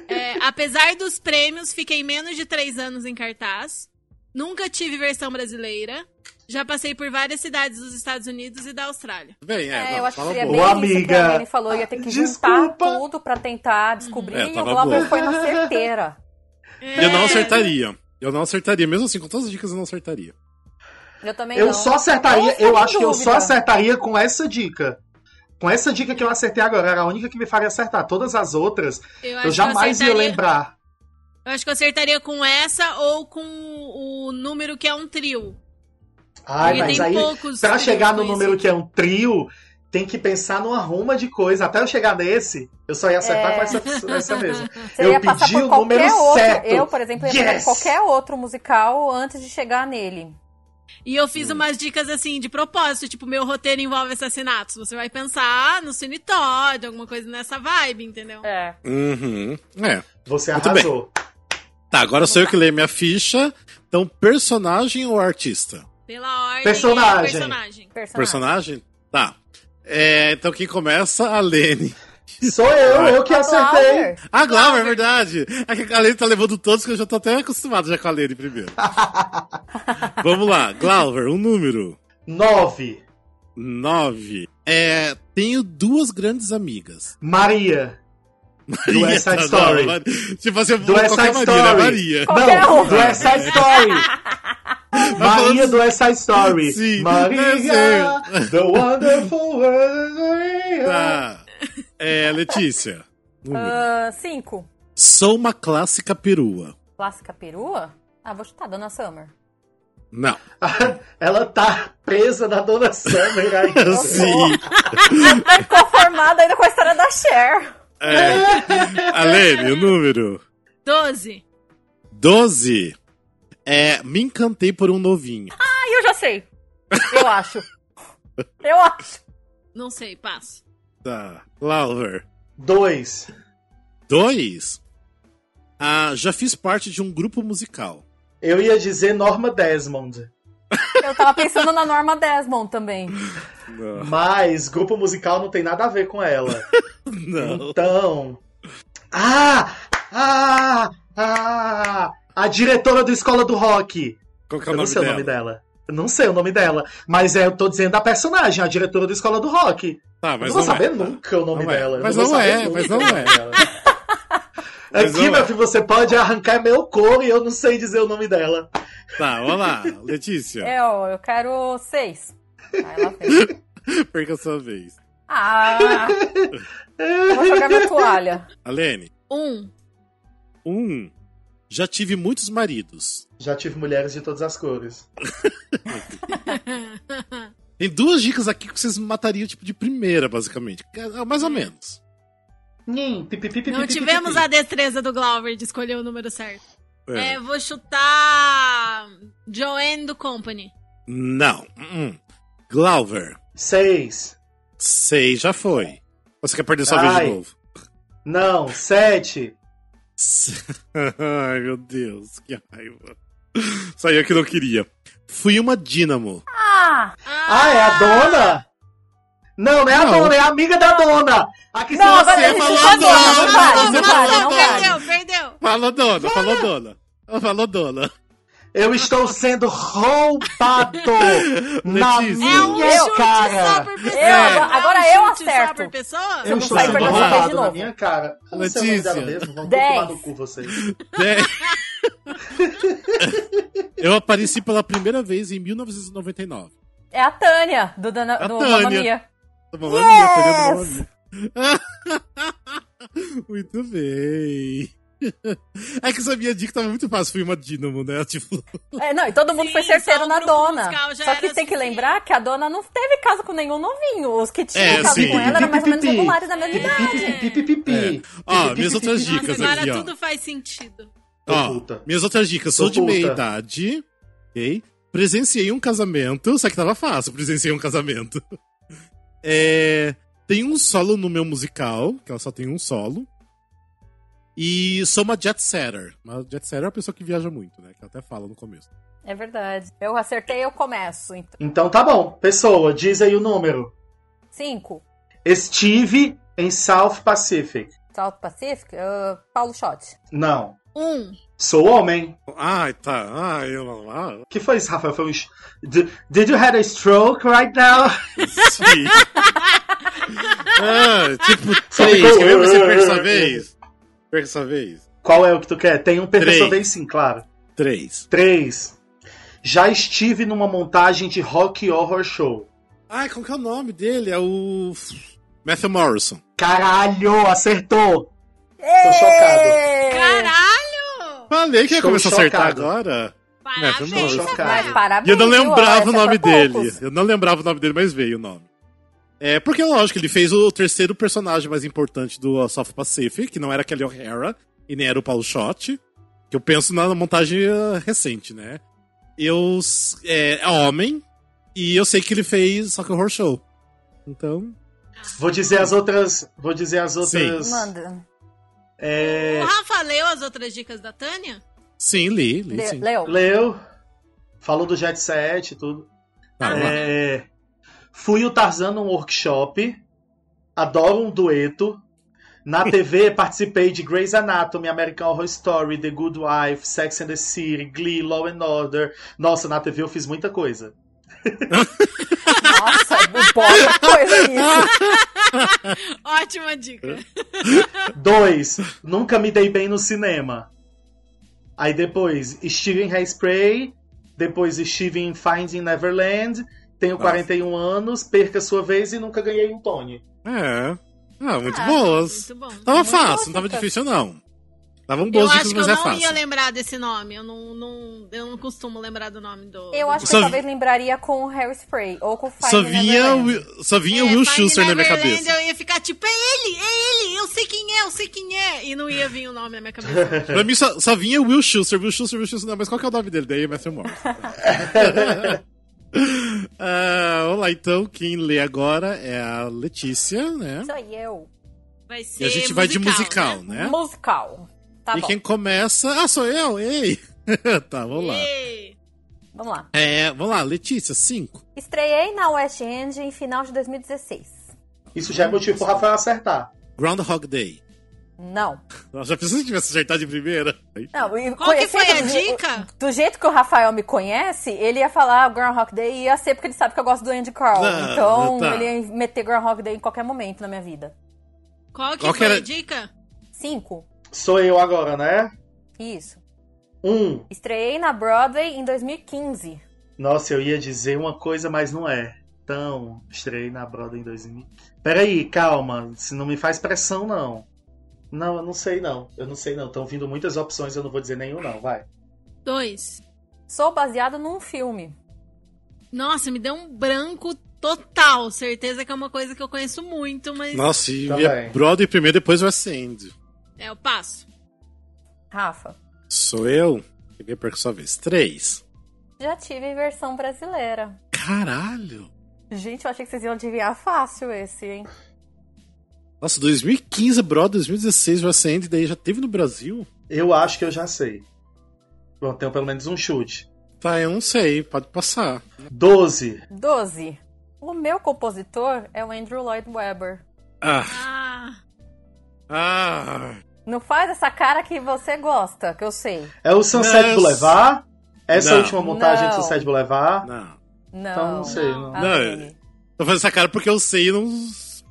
É, apesar dos prêmios, fiquei menos de três anos em cartaz. Nunca tive versão brasileira. Já passei por várias cidades dos Estados Unidos e da Austrália. Bem, é, É, não, eu acho que fala seria boa. bem isso que amiga. a Lene falou. Ia ter que juntar Desculpa. tudo pra tentar descobrir. É, e o tava Glauber boa. foi na certeira. Eu não É, acertaria. Eu não acertaria, mesmo assim, com todas as dicas eu não acertaria. Eu também Eu não. só acertaria, Nossa, é eu sem acho que eu só dúvida. acertaria com essa dica. Com essa dica que eu acertei agora, era a única que me faria acertar. Todas as outras, Eu, eu jamais ia acertaria- lembrar. Eu acho que eu acertaria com essa ou com o número que é um trio. Ai, Porque mas tem aí, poucos pra trios chegar no com isso. número que é um trio, tem que pensar numa ruma de coisa. Até eu chegar nesse, eu só ia acertar É. com essa, essa mesmo. Você eu ia passar pedi por o qualquer número outro. certo. Eu, por exemplo, ia passar Yes! por qualquer outro musical antes de chegar nele. E eu fiz umas dicas assim, de propósito, tipo, meu roteiro envolve assassinatos. Você vai pensar no Cine Todd, alguma coisa nessa vibe, entendeu? É. Uhum. É. Você Muito arrasou. Tá, agora sou eu que leio minha ficha. Então, personagem ou artista? Pela ordem. Personagem. é personagem. Personagem. Personagem? Tá. É, então quem começa? A Lene. Sou eu, eu que acertei. Glauber. Ah, Glauber, é verdade. É que a Lene tá levando todos que eu já tô até acostumado já com a Lene primeiro. Vamos lá, Glauber, um número. Nove. Nove. É, tenho duas grandes amigas. Maria. Do West Side Eita, Story. não, tipo assim, eu Do vou West qualquer Side Maria, né? Story. Maria. Qualquer Não, um. do West Side Story. Maria do West Side Story. Sim, deve É Maria, ser. the wonderful world, Maria. Tá. É, Letícia. número. Ah, cinco. Hum. Sou uma clássica perua. Clássica perua? Ah, vou chutar, Dona Summer. Não. Ela tá presa na Dona Summer ainda. Sim. Conformada ainda com a história da Cher. É. Alene, o número. Doze. 12. É, me encantei por um novinho. Aí eu já sei. Eu acho. Eu acho. Não sei, passo. Tá. Lauer. Dois. 2. Ah, já fiz parte de um grupo musical. Eu ia dizer Norma Desmond. Eu tava pensando na Norma Desmond também. Não. Mas grupo musical não tem nada a ver com ela. Não. Então. Ah! Ah! Ah! A diretora do Escola do Rock. Qual que é Eu o não nome sei dela? o nome dela. Eu não sei o nome dela. Mas é, eu tô dizendo a personagem, a diretora do Escola do Rock. Tá, Eu mas não vou não saber é. nunca o nome Não é. dela. Eu Mas vou não saber é, nunca mas o nome não é. dela. Mas Aqui, não meu é. filho, você pode arrancar meu couro e eu não sei dizer o nome dela. Tá, vamos lá. Letícia, É, Eu, eu quero seis. Aí ela fez. perca a sua vez. Ah! eu Vou jogar minha toalha. Alene, Um. 1. Já tive muitos maridos. Já tive mulheres de todas as cores. Tem duas dicas aqui que vocês matariam, tipo, de primeira, basicamente. É, Mais ou menos. Nhim, pi, pi, pi, pi, Não pi, pi, tivemos pi, a destreza do Glauber de escolher o número certo. É. É, vou chutar. Joanne do Company. Não. Uh -uh. Glauber, pi. Seis. 6 já foi. Você quer perder sua vez Ai. de novo? Não, sete. Ai, meu Deus, que raiva. Saiu que não queria. Fui uma dínamo. Ah! Ah, é a dona? Não, não é a Não. dona, é a amiga da dona. Aqui Não, você agora ele falou chutou a dona, dona, não vale, você não falou vale, não dona. vale. perdeu, perdeu. Falou, dona, falou, dona. Falou, dona. Eu estou sendo roubado na Letícia. É um minha chute só cara. por pessoa. Eu, agora é um eu chute só acerto. por pessoa? Eu não estou vai sendo perder essa vez roubado de na novo. minha cara. é Eu não sei o nome Letícia. dela mesmo, vão Dez. tomar no cu vocês. Dez. Eu apareci pela primeira vez em 1999. É a Tânia, do, Dana, A do Tânia. Mamma Mia. Tá bom, vamos ver, perdendo o nome. Muito bem. É que sabia dica tava muito fácil, fui uma dínamo, né? Tipo, É, não, e todo mundo Sim, foi certeiro só o na grupo dona. musical já Só que era assim. tem que suficiente. lembrar que a dona não teve caso com nenhum novinho. Os que tinham É, caso sim. com ela eram mais ou menos regulares da mesma idade. É. Pipipipipipipi. Ó, minhas outras Nossa, dicas agora aqui, ó. tudo faz sentido. Tô Ó, puta. minhas outras dicas. Sou Tô de meia puta. idade, ok? Presenciei um casamento, só que tava fácil, presenciei um casamento. É, tem um solo no meu musical, que ela só tem um solo. E sou uma jet setter. Uma jet setter é uma pessoa que viaja muito, né? Que ela até fala no começo. É verdade. Eu acertei, eu começo. Então, Então tá bom. Pessoa, diz aí o número. cinco. Estive em South Pacific. South Pacific, ah, Paulo Schott. Não. Um. Sou homem. Ai, tá. Ai, eu não. Ah, que foi isso, Rafael? Foi um... sh- Did did you have a stroke right now? sim. ah, tipo, três. Quer ver você perca essa vez? Perca essa vez. Qual é o que tu quer? Tem um Três. perfeito bem sim, claro. Três. 3. Já estive numa montagem de Rock Horror Show. Ai, como que é o nome dele? É o. Matthew Morrison. Caralho, acertou! Tô chocado. Ê! Caralho! Falei que ia Estou começar a acertar chocado. agora. É, Parabéns, tô chocado. Rafael. Mas parabéns, E eu não viu? lembrava Essa o nome foi dele. é poucos. Eu não lembrava o nome dele, mas veio o nome. É, porque lógico, ele fez o terceiro personagem mais importante do uh, South Pacific, que não era Kelly O'Hara e nem era o Paulo Schott, que eu penso na montagem uh, recente, né? Eu s- é, é homem e eu sei que ele fez Só que Horror Show. Então, Vou dizer as outras. Vou dizer as outras. Manda. É, O Rafa leu as outras dicas da Tânia? sim, li, li Le- sim. Leo. leu. Falou do Jet Set e tudo. Tá, vamos lá. É, fui o Tarzan num workshop. Adoro um dueto. Na TV participei de Grey's Anatomy, American Horror Story, The Good Wife, Sex and the City, Glee, Law and Order. Nossa, na TV eu fiz muita coisa. Nossa, bota coisa nisso. Ótima dica. Dois, nunca me dei bem no cinema. Aí depois, estive em Hairspray, depois estive em Finding Neverland, tenho Nossa. 41 anos, perca sua vez e nunca ganhei um Tony. É. Ah, muito Ah, boas. Muito bom. Tava muito fácil, não boas tava dicas. difícil, não. Estavam Eu boas acho dicas, que eu mas é não ia fácil. lembrar desse nome. Eu não, não, eu não costumo lembrar do nome do. Eu do- acho que Só eu vi- talvez lembraria com o Harry Spray ou com o Fire Só vinha, o Will- só vinha o Will né? É, Finding Schuster um na minha Neverland, cabeça. Eu ia ficar tipo, é ele, é ele, eu sei quem é, eu sei quem é. E não ia vir o nome na minha cabeça. Pra mim só, só vinha Will Schuster, Will Schuster, Will Schuster. Não, mas qual que é o nome dele? Daí é Matthew Morris. Ah, vamos lá, então. Quem lê agora é a Letícia, né? Sou eu. Vai ser E a gente vai de musical, né? Musical. Tá e bom, quem começa... Ah, sou eu? Ei! tá, vamos lá. Ei, vamos lá. É, vamos lá, Letícia, cinco. Estreiei na West End em final de 2016. Isso já é motivo pro Rafael acertar. Groundhog Day. Não. Nossa, Já pensou se tivesse acertado de primeira? Não, e Qual que conhecendo foi a do je- dica? Do jeito que o Rafael me conhece, ele ia falar Groundhog Day e ia ser porque ele sabe que eu gosto do Andy Carl. Não, então, tá. ele ia meter Groundhog Day em qualquer momento na minha vida. Qual que Qual que foi era- a dica? Cinco. Sou eu agora, né? Isso. Um. Estreiei na Broadway em 2015. Nossa, eu ia dizer uma coisa, mas não é. Então, estreiei na Broadway em 2000. Peraí, calma. Se não me faz pressão, não. Não, eu não sei não. Eu não sei não. Estão vindo muitas opções, eu não vou dizer nenhum não, vai. Dois. Sou baseado num filme. Nossa, me deu um branco total. Certeza que é uma coisa que eu conheço muito, mas Nossa, e Também. minha Broadway primeiro, depois o Ascend. é o passo. Rafa, Sou eu? Peguei perca sua vez. Três. já tive versão brasileira. Caralho! Gente, eu achei que vocês iam adivinhar fácil esse, hein? Nossa, 2015, bro, 2016 o Ascend, daí já teve no Brasil? Eu acho que eu já sei. Bom, tenho pelo menos um chute. Tá, eu não sei, pode passar. 12. 12. O meu compositor é o Andrew Lloyd Webber. Ah, Ah, ah. Não faz essa cara que você gosta, que eu sei. É o Sunset Não, eu- Boulevard? Essa Não. última montagem é do Não. Sunset Boulevard? Não. Não. Ah. Então não sei. Não. Não, Amei. Tô fazendo essa cara porque eu sei e não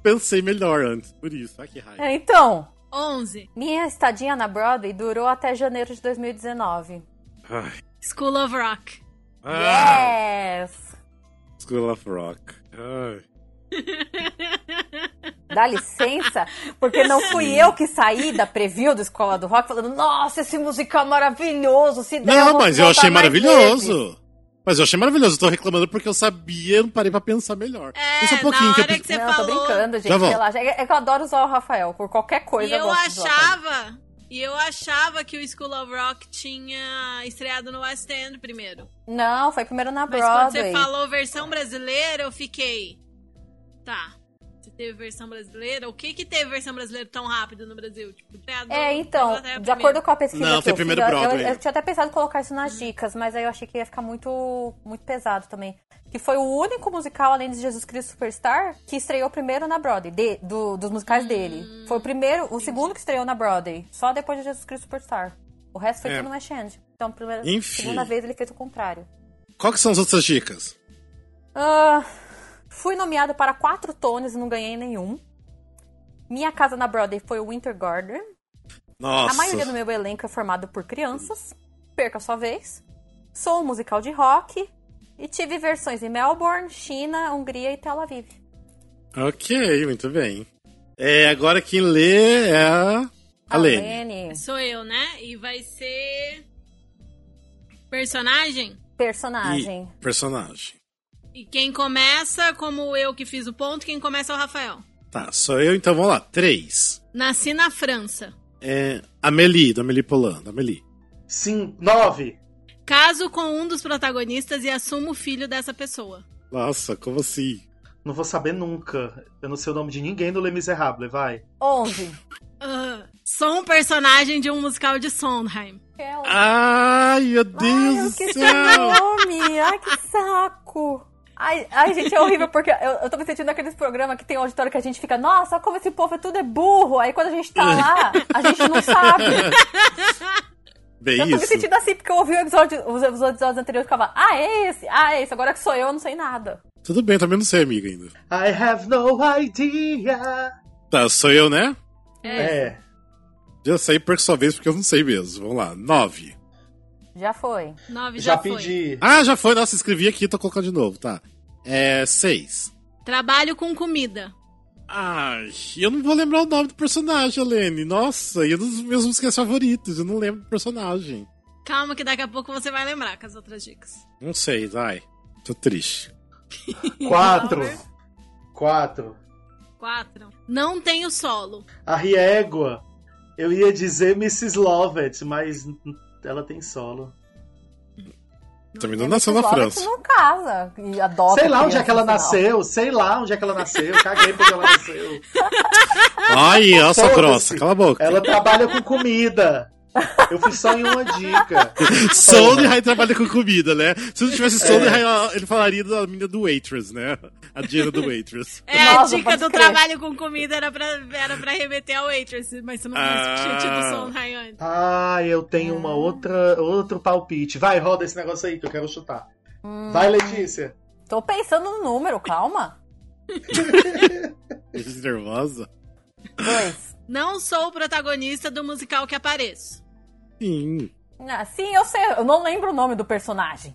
pensei melhor antes. Por isso, ah, que raiva. É, então, onze. minha estadia na Broadway durou até janeiro de 2019. Ai. School of Rock. Ah, Yes! School of Rock. Ai. Dá licença, porque não fui eu que saí da preview do Escola do Rock falando, nossa, esse musical é maravilhoso, se der, Não, vou mas eu voltar achei mais vezes." maravilhoso. Mas eu achei maravilhoso, eu tô reclamando porque eu sabia, não parei pra pensar melhor. um É, Só na que eu hora que, pe- você não, falou. tô brincando, Já gente, volto. relaxa. É, é que eu adoro usar o Rafael por qualquer E coisa. eu gosto de zoar com ele. achava. E E eu achava que o School of Rock tinha estreado no West End primeiro. Não, foi primeiro na Mas quando Broadway. você falou versão brasileira, eu fiquei. Tá. Você teve versão brasileira? O que que teve versão brasileira tão rápido no Brasil? Tipo, criado É, então, na Inglaterra de primeiro. acordo com a pesquisa Não, que foi eu primeiro fiz, eu- eu, Broadway. eu tinha até pensado em colocar isso nas dicas, mas aí eu achei que ia ficar muito, muito pesado também. Que foi o único musical, além de Jesus Cristo Superstar, que estreou primeiro na Broadway, de- do- dos Hum, musicais dele. Foi o primeiro, o segundo que estreou na Broadway, só depois de Jesus Cristo Superstar. O resto foi É. tudo no West End. Então, primeira, Enfim. segunda vez ele fez o contrário. Qual que são as outras dicas? Ah, fui nomeado para quatro tones e não ganhei nenhum. Minha casa na Broadway foi o Winter Garden. Nossa. A maioria do meu elenco é formado por crianças. Perca sua vez. Sou um musical de rock. E tive versões em Melbourne, China, Hungria e Tel Aviv. Ok, muito bem. É, agora quem lê é a Alene. Alene, Sou eu, né? E vai ser. Personagem? Personagem. E personagem. E quem começa, como eu que fiz o ponto, quem começa é o Rafael. Tá, sou eu, então vamos lá. Três. Nasci na França. É, Amélie, do Amélie Polan. Amélie. Sim, nove. Caso com um dos protagonistas e assumo o filho dessa pessoa. Nossa, como assim? Não vou saber nunca. Eu não sei o nome de ninguém do Le Miserable, vai. 11. Ah, sou um personagem de um musical de Sondheim. Que é Ah, o- Ai, meu Deus Ai, do que céu! nome! Ai, que saco! Ai, ai, gente, é horrível, porque eu, eu tô me sentindo naqueles programas que tem um auditório que a gente fica, nossa, como esse povo é tudo é burro. Aí quando a gente tá lá, a gente não sabe. Bem Eu tô me É isso. sentindo assim, porque eu ouvi o episódio, os os episódios anteriores e ficava, ah, é esse, ah, é esse, agora que sou eu, eu não sei nada. Tudo bem, também não sei, amiga, ainda. I have no idea. Tá, sou eu, né? É. Já saí por sua vez, porque eu não sei mesmo. Vamos lá. Nove. Já foi. Nove já, Já foi. pedi. Ah, já foi. Nossa, escrevi aqui, tô colocando de novo, tá. É, seis. Trabalho com comida. Ai, eu não vou lembrar o nome do personagem, Alene. Nossa, e é dos meus musicais favoritos, eu não lembro do personagem. Calma que daqui a pouco você vai lembrar com as outras dicas. Não sei, vai. Tô triste. Quatro. Quatro. Quatro. Não tenho solo. A Riegua. Eu ia dizer Mrs. Lovett, mas n- ela tem solo. Também não nasceu na Logo que França. Não casa e adota. sei lá onde criança, é que ela no final. nasceu, sei lá onde é que ela nasceu, caguei porque ela nasceu. Ai, nossa Foda-se. grossa, cala a boca. Ela trabalha com comida. Eu fui só em uma dica. é. Sondheim trabalha com comida, né? Se não tivesse Sondheim, ela- ele falaria da menina do Waitress, né? A Gina do Waitress. É, Nossa, a dica pode do crer. trabalho com comida era pra, era pra remeter ao waitress, mas você não Ah. disse que tinha tido Sondheim antes. Ah, eu tenho uma outra, outro palpite. Vai, roda esse negócio aí que eu quero chutar. Vai, Letícia. Tô pensando no número, calma. Gente nervosa. Dois. Não sou o protagonista do musical que apareço. Sim. Ah, sim, eu sei, eu não lembro o nome do personagem.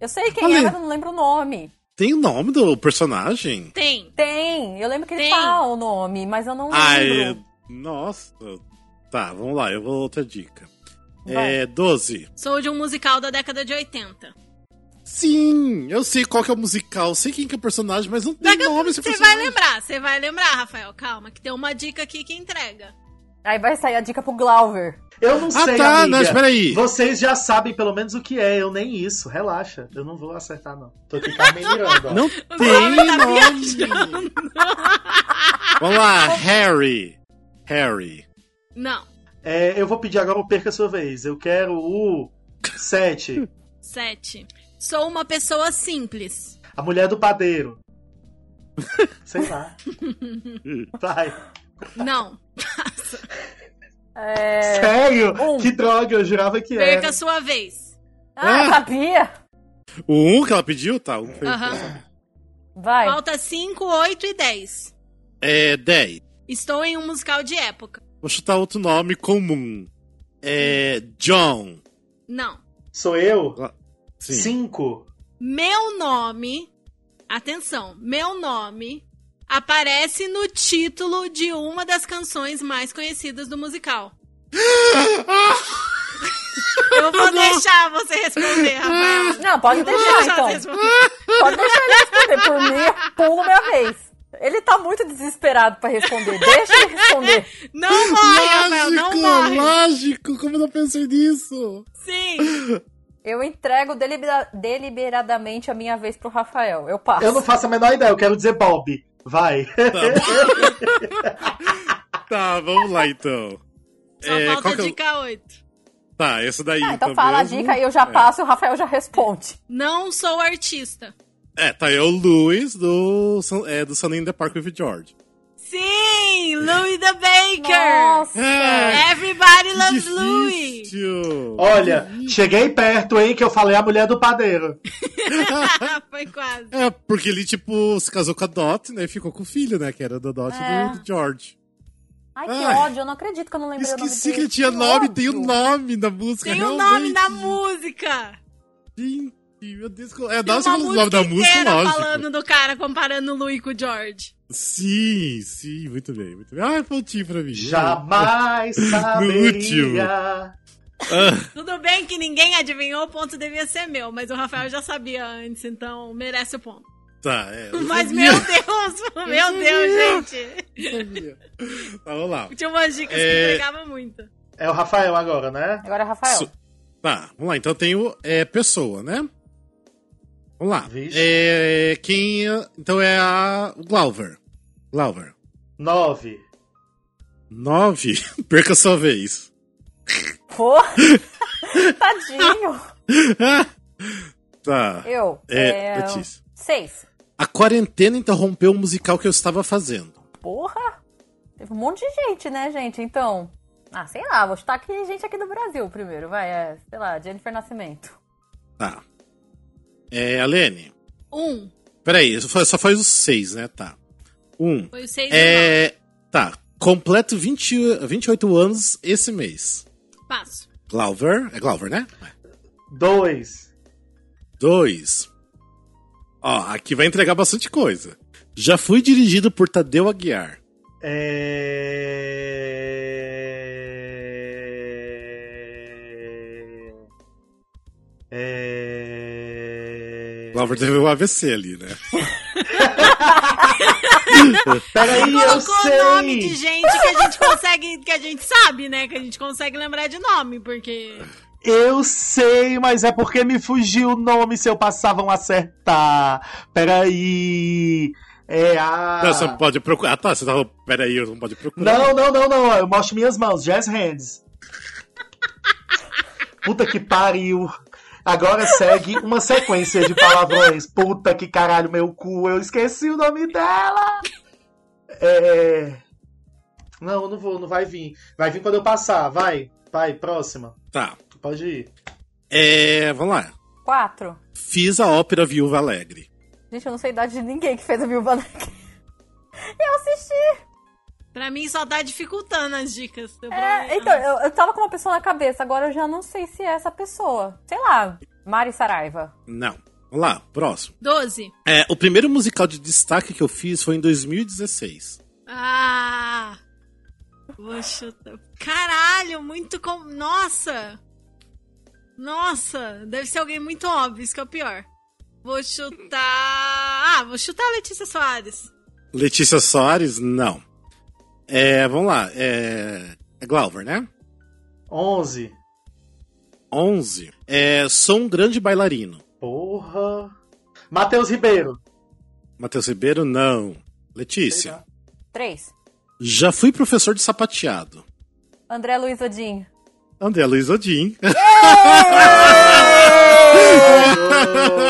Eu sei quem é, Olha. mas eu não lembro o nome. Tem o nome do personagem? Tem. Tem, eu lembro que ele Tem. fala o nome, mas eu não Ai, Ah, lembro. nossa. Tá, vamos lá, eu vou outra dica. Vai. É, 12. Sou de um musical da década de 80. Sim, eu sei qual que é o musical, sei quem que é o personagem, mas não tem Daqui a nome pouco esse você vai personagem. lembrar, você vai lembrar, Rafael. Calma, que tem uma dica aqui que entrega. Aí vai sair a dica pro Glauber. Eu não Ah, sei, tá, amiga. mas peraí. Vocês já sabem pelo menos o que é, eu nem isso. Relaxa, eu não vou acertar não. Tô aqui Carmen Miranda. ó. Não tem Glauber tá nome. vamos lá, Harry. Harry. Não. É, eu vou pedir agora o perca a sua vez. Eu quero o 7. Sete. Sou uma pessoa simples. A mulher do padeiro. Sei lá. Vai. Não. É... Sério? Um. Que droga, eu jurava É. que era. Perca a sua vez. Ah, Ah. sabia? O 1 um que ela pediu, tá? Um Ah. foi Aham. Vai. Falta cinco, oito e dez. É 10. Estou em um musical de época. Vou chutar outro nome comum. É. John. Não. Sou eu? Sim. Cinco. Meu nome. Atenção, meu nome aparece no título de uma das canções mais conhecidas do musical. Eu vou deixar você responder, Rafael. Não, pode Vou deixar deixar, então. você responder. Pode deixar ele responder por mim, eu pulo minha vez. Ele tá muito desesperado pra responder. Deixa ele responder. Não morre, Rafael, não Lógico, morre. lógico, como eu não pensei nisso? Sim. Eu entrego delibera- deliberadamente a minha vez pro Rafael. Eu passo. Ah, Eu não faço a menor ideia, eu quero dizer Bob. Vai. Tá, vamos lá então. Só É, falta qual a que eu- dica 8. Tá, essa daí. Ah, então fala mesmo. É. a dica e eu já passo e o Rafael já responde. Não sou artista. É, tá, é o Luiz do, Sun- é, do Sunny in the Park with George. Sim, Louis the Baker. Nossa! É. Everybody Que loves Louis. Difícil! Olha, cheguei perto, hein, que eu falei a mulher do padeiro. Foi quase. É, porque ele, tipo, se casou com a Dot, né? E ficou com o filho, né? Que era da Dot É. do, do George. Ai, que Ai. ódio, eu não acredito que eu não lembrei o nome Esqueci que dele. ele tinha nome, ódio. tem o nome da música. Tem o nome realmente. da música. Gente, meu Deus. co- É, Tem dá uma o nome da música, é inteira lógico. falando do cara comparando o Louis com o George. Sim, sim, muito bem, muito bem. Ah, pontinho pra mim. Jamais último. saberia. Ah, Tudo bem que ninguém adivinhou, o ponto devia ser meu, mas o Rafael já sabia antes, então merece o ponto. tá, é. eu Mas sabia, meu Deus, meu Deus, gente. eu sabia. Tá, vamos lá. Tinha umas dicas É. que entregava muito. É o Rafael agora, né? Agora, é Rafael. Su- Tá, vamos lá. Então eu tenho é, pessoa, né? Vamos lá. Vixe. É, quem. Então é a. o Glauber. Glauber. Nove. Nove. Perca sua vez. Pô! Tadinho! tá. Eu. É, Letícia. Seis. A quarentena interrompeu o musical que eu estava fazendo. Porra! Teve um monte de gente, né, gente? Então. Ah, sei lá, vou chutar aqui gente aqui do Brasil primeiro, vai. É, sei lá, Jennifer Nascimento. Tá. É, Alene. Um. Peraí, só foi- só faz os seis, né? Tá. Um. Foi o seis e É. Tá. Completo 20, 28 anos esse mês. o 9. Passo. Glauber. É Glauber, né? É. Dois. Dois. Ó, aqui vai entregar bastante coisa. Já fui dirigido por Tadeu Aguiar. É... É... Glauber teve um AVC ali, né? Peraí, eu Colocou sei. É nome de gente que a gente consegue, que a gente sabe, né? Que a gente consegue lembrar de nome, porque. Eu sei, mas é porque me fugiu o nome se eu passava um acertar. Peraí. É a. Não, você não pode procurar. Ah, tá, você tava. Peraí, eu não pode procurar. Não, não, não, não. Eu mostro minhas mãos. Jazz hands. Puta que pariu. Agora segue uma sequência de palavrões. Puta que caralho, meu cu. Eu esqueci o nome dela. É. Não, não vou, não vai vir. Vai vir quando eu passar. Vai, vai, próxima. Tá. Pode ir. É. Vamos lá. Quatro. Fiz a ópera Viúva Alegre. Gente, eu não sei a idade de ninguém que fez a Bilba Neck. Eu assisti! Pra mim só tá dificultando as dicas. Deu pra- É, então, eu, eu tava com uma pessoa na cabeça, agora eu já não sei se é essa pessoa. Sei lá, Mari Saraiva. Não. Vamos lá, próximo. 12. É, o primeiro musical de destaque que eu fiz foi em 2016. Ah! Vou chutar. Caralho, muito com. Nossa! Nossa! Deve ser alguém muito óbvio, isso que é o pior. Vou chutar. Ah, vou chutar a Letícia Soares. Letícia Soares? Não. É, vamos lá. É. É Glauber, né? 11. 11. É, sou um grande bailarino. Porra. Matheus Ribeiro. Matheus Ribeiro, não. Letícia, Três. já fui professor de sapateado. André Luiz Odin. André Luiz Odin.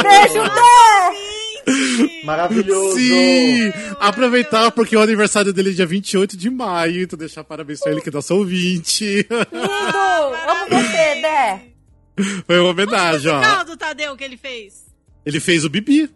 Beijo, André! Maravilhoso. Sim! Aproveitar porque o aniversário dele é dia 28 de maio, então deixar parabéns pra ele que é nosso ouvinte. Lindo! Amo você, Dé! Foi uma homenagem, ó. Qual do Tadeu que ele fez? Ele fez o Bibi.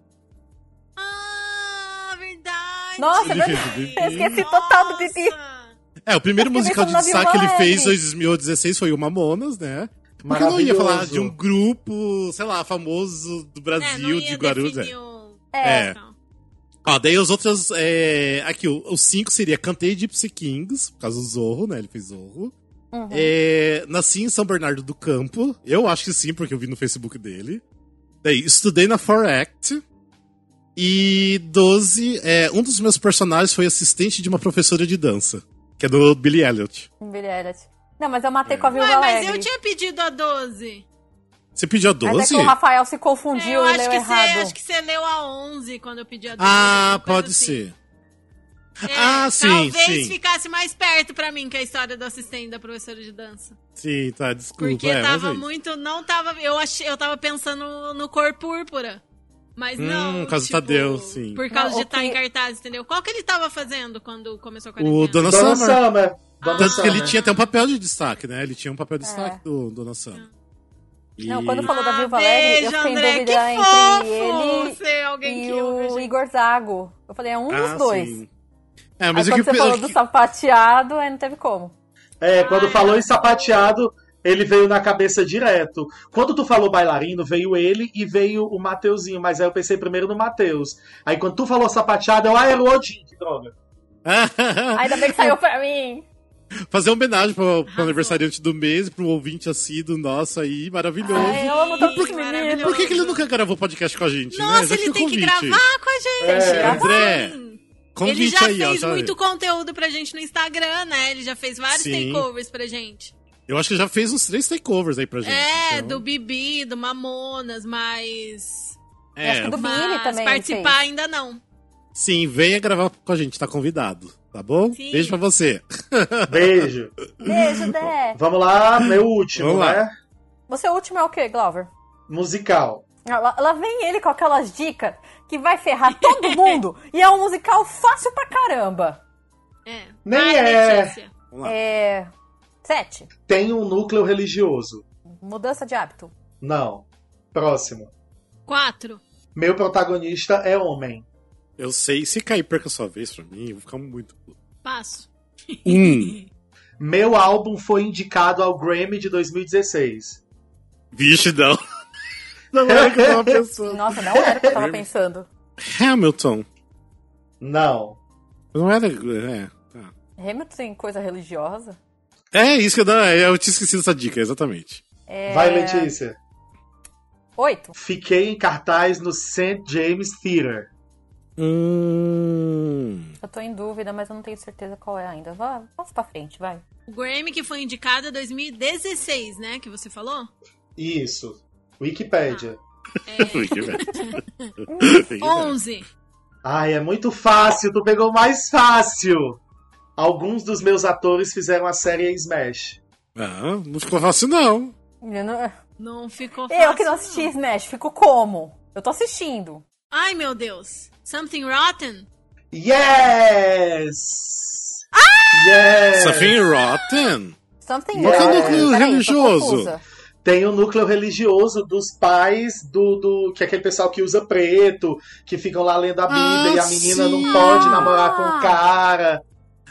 Ah, verdade! Nossa, Ele fez o Bibi. eu esqueci total do Bibi. Nossa. É, o primeiro Eu musical fiquei de pensando na destaque que ele Viúva fez em Alegre. 2016 foi o Mamonas, né? Porque não Maravilhoso. ia falar de um grupo, sei lá, famoso do É, não Brasil, ia de Guarulhos. é. definir um o- É. Não. Ó, daí os outros. É... Aqui, o- os cinco seria Cantei Gypsy Kings, por causa do Zorro, né? Ele fez Zorro. Uhum. É, Nasci em São Bernardo do Campo. Eu acho que sim, porque eu vi no Facebook dele. Daí, estudei na Foract. E 12, é, um dos meus personagens foi assistente de uma professora de dança, que é do Billy Elliot. Billy Elliot. tipo, Não, mas eu matei com a Viúva Ué, mas Alegre. eu tinha pedido a 12. Você pediu a Até 12? que o Rafael se É, confundiu eu e acho leu que, você, errado. acho que você leu a 11 quando eu pedi a 12. Ah, alguma coisa pode assim. ser. É, Ah, sim, Talvez sim. ficasse mais perto pra mim que a história do assistente da professora de dança. Sim, tá, desculpa. Porque é, mas tava é isso. muito. Não tava. Eu, achei, eu tava pensando no cor púrpura. Mas Hum, não. por causa do tipo, Tadeu, sim. Por causa Não, de o estar que- em cartaz, entendeu? Qual que ele tava fazendo quando começou a quarentena? O Dona, Dona Summer. Summer. Dona Tanto que ele né? Summer. tinha até um papel de destaque, né? Ele tinha um papel de destaque do Dona Summer. É. Não, E- quando falou da Ah, Viúva Alegre, eu beijo, fiquei em André, dúvida que entre fofo ele ser alguém e que ouve a o gente. Igor Zago. Eu falei, é um dos Ah, dois. sim. É, Mas mas aí o que... quando você falou do sapateado, aí não teve como. É, quando falou em sapateado, ele veio na cabeça direto. Quando tu falou bailarino, veio ele e veio o Mateuzinho, mas aí eu pensei primeiro no Mateus. Aí quando tu falou sapateado, eu, ah, era o Odin, que droga. Ainda bem que saiu pra mim. Ah, Fazer uma homenagem pro, pro Arrasou. aniversariante do mês, pro ouvinte assíduo nosso aí, maravilhoso. Ai, eu amo tanto esse menino. maravilhoso. Por que, que ele nunca gravou podcast com a gente? né? Nossa, Já ele fica o tem que convite. gravar com a gente. É. André, Sim. Convite ele já aí, ó, fez já- muito conteúdo pra gente no Instagram, né? Ele já fez vários Sim. takeovers pra gente. Eu acho que já fez uns três takeovers aí pra gente. é, então- do Bibi, do Mamonas, mas. Eu acho que do Billy mas também. participar fez. ainda não. É, Sim, venha gravar com a gente, tá convidado. Tá bom? Sim. Beijo pra você. É, Beijo. Beijo, Dé. Vamos lá, meu último, Vamos lá. né? Você último é o quê, Glover? Musical. Ah, Lá, lá vem ele com aquelas dicas que vai ferrar todo mundo. e é um musical fácil pra caramba. É. Nem Vai, é. Letícia. Vamos lá. É. Sete. Tem um núcleo religioso. Mudança de hábito. Não. Próximo. Quatro. Meu protagonista é homem. Eu sei, se cair perca sua vez pra mim, eu vou ficar muito. Passo. Um. Meu álbum foi indicado ao Grammy de 2016. Vixe, não. Não era o que eu tava pensando. Nossa, não era o que eu tava pensando. Hamilton. Não. Não era. É, tá. Hamilton tem coisa religiosa? É isso que eu, dava- eu tinha esquecido essa dica, exatamente. Vai, Letícia. Oito. Fiquei em cartaz no St. James Theater. Hum. Eu tô em dúvida, mas eu não tenho certeza qual é ainda. Vá- Vamos pra frente, vai. O Grammy que foi indicado é em 2016, né? Que você falou? Isso. Wikipédia. Fiquei velho. Fiquei velho. Onze. Ai, é muito fácil, tu pegou mais fácil. Alguns dos meus atores fizeram a série Smash. Ah, não ficou fácil, não. Eu, não- Não ficou fácil. eu que não assisti Smash, fico como? Eu tô assistindo. Ai, meu Deus. Something Rotten? Yes! Yes! Something Rotten. Something Mas que Rotten. núcleo Peraí, eu tô religioso? confusa. Tem o núcleo religioso dos pais do, do. que é aquele pessoal que usa preto, que ficam lá lendo a Bíblia Ah, e a menina sim. não pode namorar com o cara.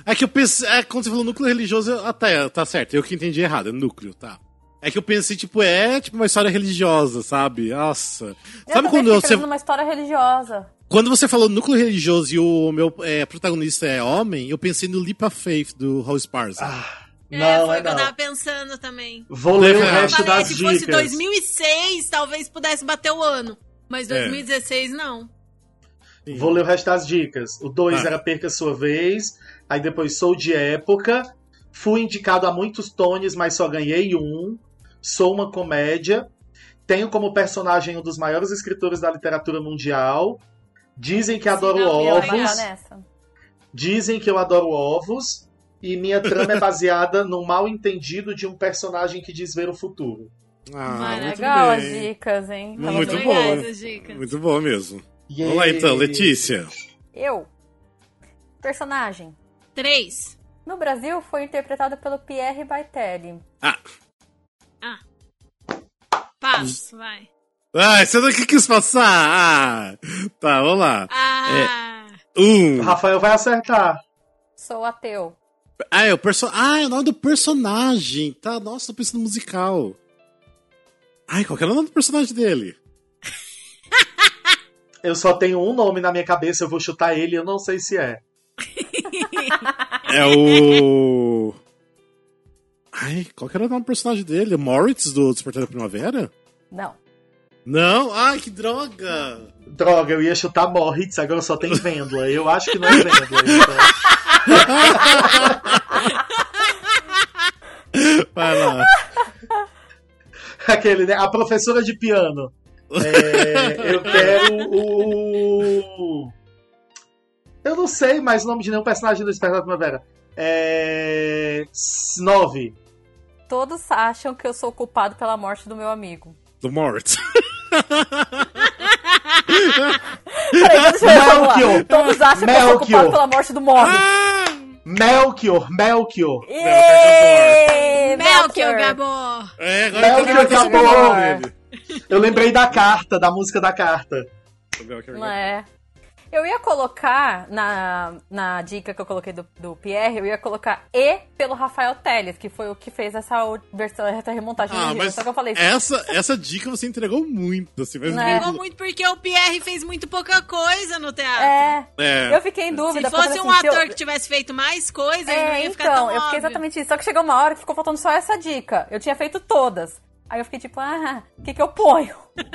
É que eu pensei. É, quando você falou núcleo religioso, eu- ah, tá, tá certo. Eu que entendi errado, é núcleo, tá. É que eu pensei, tipo, é tipo uma história religiosa, sabe? Nossa. Eu sabe Sabe quando você... você. numa história religiosa. Quando você falou núcleo religioso e o meu é, protagonista é homem, eu pensei no Lipa Faith do House Parson. Ah, é, não, foi é o que eu não. tava pensando também. Vou ler o Eu resto Falei, das é, se dicas. fosse 2006, talvez pudesse bater o ano. É. Mas 2016, não. Sim. Vou ler o resto das dicas. O 2 Ah. era Perca Sua Vez, aí depois Sou de Época, fui indicado a muitos tones, mas só ganhei um, sou uma comédia, tenho como personagem um dos maiores escritores da literatura mundial, dizem que adoro não, Ela Ovos. vai lá ovos, nessa. dizem que eu adoro ovos, e minha trama é baseada num mal entendido de um personagem que diz ver o futuro. Ah, muito É Legal as bem. dicas, hein? Tava Muito bem. bom. legais né? as dicas. Muito bom mesmo. Vamos lá então, Letícia. Eu. Personagem. Três. No Brasil, foi interpretada pelo Pierre Baitelli. Ah. Passo, Hum. vai. Ai, você não quis passar? Ah. Tá, vamos É. lá. Ah, Um. Rafael vai acertar. Sou ateu. Ah, é o perso... ah, é o nome do personagem. Tá, nossa, tô pensando no musical. Ai, qual que era o nome do personagem dele? Eu só tenho um nome na minha cabeça, eu vou chutar ele, eu não sei se é. É o. Ai, qual que era o nome do personagem dele? O Moritz do Despertar da Primavera? Não. Não? Ai, que droga! Droga, eu ia chutar Moritz, agora só tem Vêndula. Eu acho que não é Vêndula. Então. Vai lá. Aquele, né? A professora de piano. É, eu quero o. Eu não sei mais o nome de nenhum personagem do Despertar da Primavera. É. 9. Todos acham que eu sou culpado pela morte do meu amigo. Do Mort. Peraí, deixa eu falar. Melchior. Todos acham que eu sou culpado Melchior. pela morte do Ah! Morris. Melchior, Melchior. Êêêê, Melchior, Gabor! É, agora todo Melchior mundo tá acabou. falando dele. Eu lembrei da carta, da música da carta. O Melchior Não é. Eu ia colocar na, na dica que eu coloquei do, do Pierre, eu ia colocar E pelo Rafael Teles, que foi o que fez essa o- versão, essa remontagem. Ah, do livro. mas Só que eu falei isso. essa, essa dica você entregou muito, assim, mas... Né? Pegou muito porque o Pierre fez muito pouca coisa no teatro. É, É. eu fiquei em dúvida. Se porque eu fosse falei um assim, se eu- ator que tivesse feito mais coisa, ele não É, ia ficar tão então, eu fiquei óbvio. exatamente isso. Só que chegou uma hora que ficou faltando só essa dica. Eu tinha feito todas. Aí eu fiquei tipo, ah, o que que eu ponho?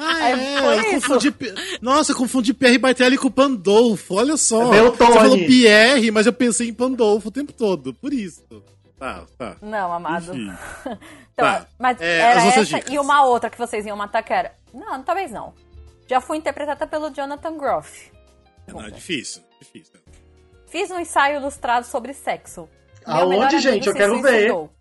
Ah, É, foi é, eu isso. confundi. Pi- Nossa, eu confundi Pierre Bartelli com Pandolfo, olha só. É Meu Você Tony. falou Pierre, mas eu pensei em Pandolfo o tempo todo, por isso. Tá, tá. Não, amado. Enfim. Então, Tá. mas É, era as essa outras dicas. e uma outra que vocês iam matar que era. Não, talvez não. Já fui interpretada pelo Jonathan Groff. Não, é difícil, difícil. Fiz um ensaio ilustrado sobre sexo. Meu Aonde, melhor amigo gente? Eu se quero ver. suicidou.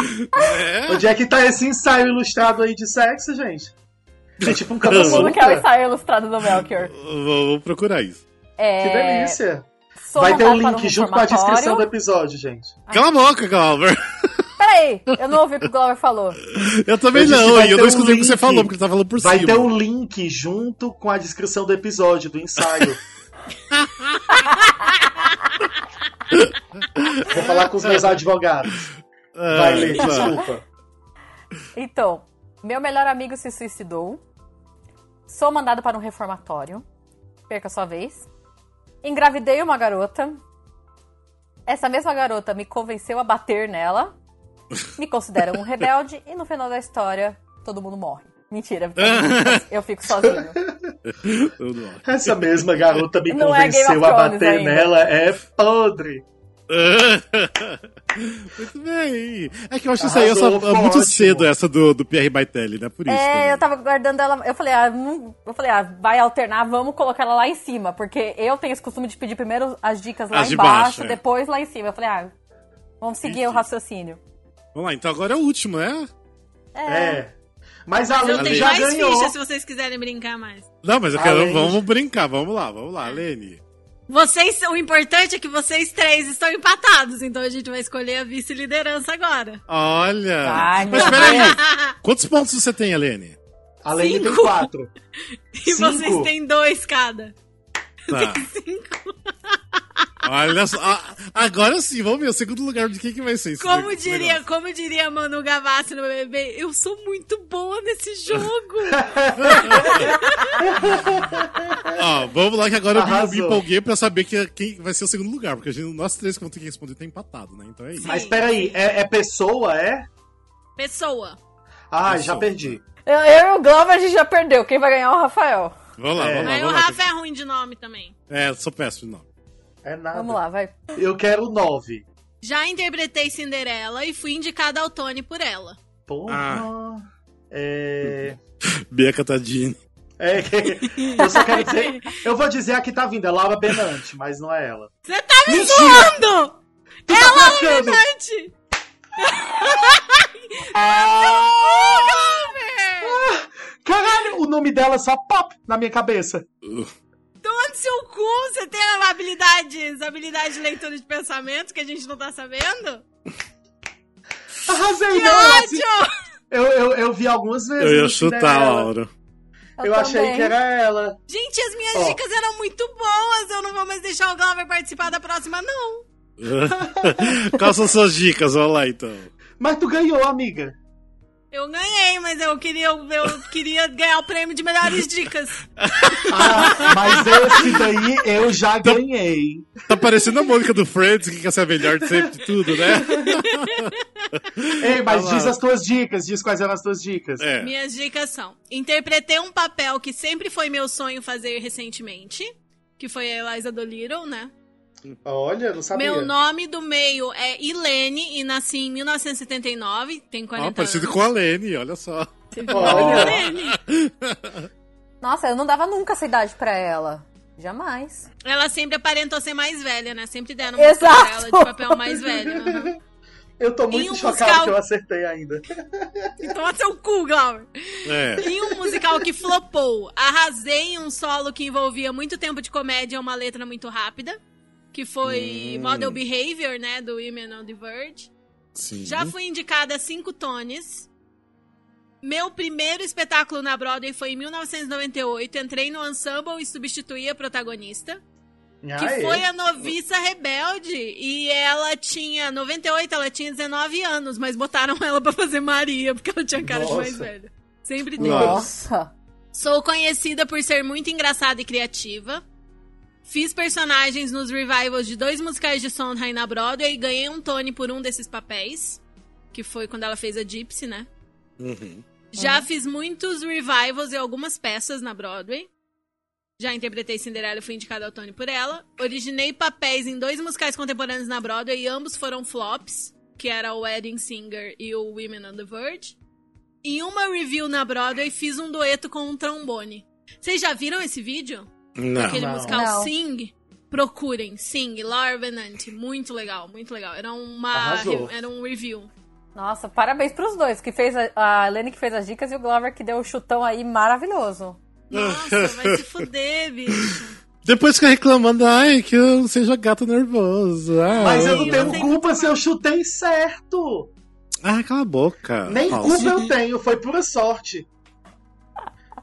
É, Onde é que tá esse ensaio ilustrado aí de sexo, gente? É tipo um Como que é o capuzuca. ensaio ilustrado do Melchior? vou, vou procurar isso. É, Que delícia. sou Vai ter o mandado para um link junto com a descrição do reformatório. episódio, gente. Cala a boca, Glauber. Peraí, eu não ouvi o que o Glover falou. Eu também Eu disse, não, vai e eu ter não um escutei o que você link. falou, porque ele tá falando por Vai cima. ter um o link junto com a descrição do episódio, do ensaio. Vou falar com os meus advogados. Ah, Vai ler, tá. desculpa. Então, meu melhor amigo se suicidou. Sou mandado para um reformatório. Perca sua vez. Engravidei uma garota. Essa mesma garota me convenceu a bater nela. Me considera um rebelde. E no final da história, todo mundo morre. Mentira, eu fico sozinho. Eu não- Essa mesma garota me Não é Game of convenceu a Thrones bater ainda. nela, é podre. muito bem. É que eu acho que saiu essa, Arrasou, ficou muito ótimo. cedo essa do, do Pierre Baitelli, né? Por isso. também. É, eu tava guardando ela. Eu falei, ah, não- eu falei, ah, vai alternar, vamos colocar ela lá em cima. Porque eu tenho esse costume de pedir primeiro as dicas lá As de embaixo, baixo, é. depois lá em cima. Eu falei, ah, vamos seguir Isso. o raciocínio. Vamos lá, então agora é o último, né? É. Mas a Eu Lene tenho já mais ganhou. fichas se vocês quiserem brincar mais. Não, mas eu quero. Além de- Vamos brincar, vamos lá, vamos lá, Lene. Vocês, o importante é que vocês três estão empatados, então a gente vai escolher a vice-liderança agora. Olha! Ai, mas meu peraí, quantos pontos você tem, Lene? A Lene tem Cinco. quatro. E Cinco. vocês têm dois cada. Tá. Olha só. a- Agora sim, vamos ver o segundo lugar de quem que vai ser isso. Como diria, como diria Manu Gavassi no BBB, eu sou muito boa nesse jogo. Ó, vamos lá que agora eu me Arrasou. empolguei pra saber que, é quem vai ser o segundo lugar, porque a gente, nós três que vão ter que responder tá empatado, né? Então é isso. Mas peraí, é, é pessoa, é? Pessoa. Ah, Pessoa. já perdi. Eu, eu e o Glover a gente já perdeu. Quem vai ganhar é o Rafael. Vamos lá, É. vamos lá, Aí o vamos lá. Rafa é ruim de nome também. É, sou péssimo, não. É nada. Vamos lá, vai. Eu quero nove. Já interpretei Cinderela e fui indicada ao Tony por ela. Porra. Ah. É. Bia Catadini. É, eu só quero dizer. Eu vou dizer a que tá vindo, é Laura Benante, mas não é ela. Você tá me Mentira! zoando! Tu É tá Laura brincando! Benante! Glover! Ah, Caralho, o nome dela só pop na minha cabeça. Toma no seu cu! Você tem habilidades, habilidade de leitura de pensamento que a gente não tá sabendo? Arrasei, Que não, eu assi- ódio! Eu, eu, eu vi algumas vezes. Eu ia no chutar, Cinderela. Laura. Eu, achei também. que era ela. Gente, as minhas Ó. dicas eram muito boas! Eu não vou mais deixar o Glover participar da próxima, não! Quais são suas dicas? Vamos lá, então. Mas tu ganhou, amiga. Eu ganhei, mas eu queria, eu queria ganhar o prêmio de melhores dicas. Ah, mas esse daí eu já Então- ganhei. Tá parecendo a Mônica do Friends, que quer ser a melhor de sempre de tudo, né? Ei, mas Olha lá. diz as tuas dicas, diz quais eram as tuas dicas. É. Minhas dicas são: interpretei um papel que sempre foi meu sonho fazer recentemente, que foi a Eliza Dolittle, né? Olha, não sabia. Meu nome do meio é Ilene e nasci em 1979, tem Ó, 40 Ah, parecido anos. com a Lene, olha só. Olha. Ilene. Nossa, eu não dava nunca essa idade pra ela. Jamais. Ela sempre aparentou ser mais velha, né? Sempre deram uma Exato. pra ela de papel mais velho. Uhum. Eu tô Em muito um chocado musical- que eu acertei ainda. Toma Então, seu cu, Glauber. É. Em um musical que flopou, arrasei em um solo que envolvia muito tempo de comédia e uma letra muito rápida, que foi Hum. Model Behavior, né, do Women on the Verge. Sim. Já fui indicada a cinco tones. Meu primeiro espetáculo na Broadway foi em 1998. Entrei no ensemble e substituí a protagonista, que Ah, é? foi a noviça rebelde. E ela tinha 98, ela tinha 19 anos, mas botaram ela pra fazer Maria, porque ela tinha cara de mais Nossa. velha. Sempre tem. Nossa. Sou conhecida por ser muito engraçada e criativa. Fiz personagens nos revivals de dois musicais de Sondheim na Broadway e ganhei um Tony por um desses papéis, que foi quando ela fez a Gypsy, né? Uhum. Já fiz muitos revivals e algumas peças na Broadway. Já interpretei Cinderela e fui indicada ao Tony por ela. Originei papéis em dois musicais contemporâneos na Broadway e ambos foram flops, que era o Wedding Singer e o Women on the Verge. Em uma review na Broadway, fiz um dueto com um trombone. Vocês já viram esse vídeo? Não. Aquele Não. musical Não. Sing? Procurem, Sing, Laura Venante. Muito legal, muito legal. Era, uma, Arrasou. era um review. Nossa, parabéns pros dois, que fez a, a Lene que fez as dicas e o Glover que deu o chutão aí maravilhoso. Nossa, vai se fuder, bicho. Depois fica reclamando, ai, que eu não seja gato nervoso. Ah, Mas eu não Sim, tenho não tem culpa muito se eu chutei certo. ah cala a boca. nem Paulo. culpa eu tenho, foi pura sorte.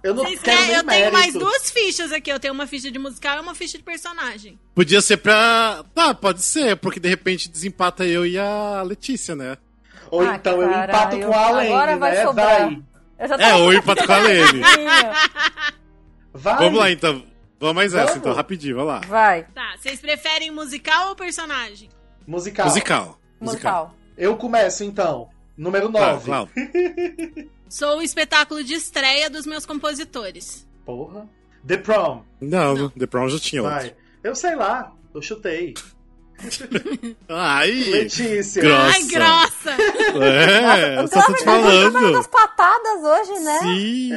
Eu não Vocês quero querem- nem eu tenho mérito. mais duas fichas aqui. Eu tenho uma ficha de musical e uma ficha de personagem. Podia ser pra. Tá, pode ser, porque de repente desempata eu e a Letícia, né? Ou Ah, então eu caralho, empato com a Alene, agora vai né? sobrar. Vai. Eu já É, tava ou empata com a Lene. Sim, Vai. Vamos lá então. Vamos mais essa, Vamos. então, rapidinho, vai lá. Vai, Tá, vocês preferem musical ou personagem? Musical. Musical. musical. Eu começo então. Número Tá, 9. Clau. Sou o espetáculo de estreia dos meus compositores. Porra. The Prom. Não, não, The Brown já tinha outro. Vai. Eu sei lá. Eu chutei. Ai! Letícia. Grossa. Ai, grossa! É, eu o só tô Glover te tá dando falando. das patadas hoje, né? Sim!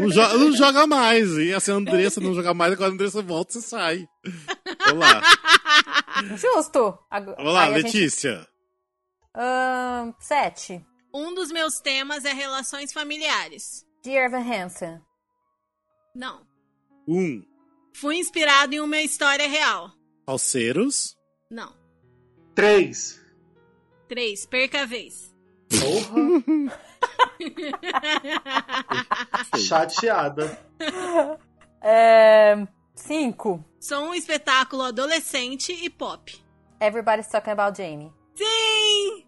Não, jo- não joga mais. E assim, a Andressa não joga mais, agora a Andressa volta e você sai. Vamos lá. Justo. Ag- Vamos lá, aí a gente- Letícia. Ahn, sete. um dos meus temas é relações familiares. Dear Evan Hansen. Não. Um. Fui inspirado em uma história real. Falseiros. Não. 3. Três. Perca a vez. Porra. Chateada. É, cinco. Sou um espetáculo adolescente e pop. Everybody's talking about Jamie. Sim!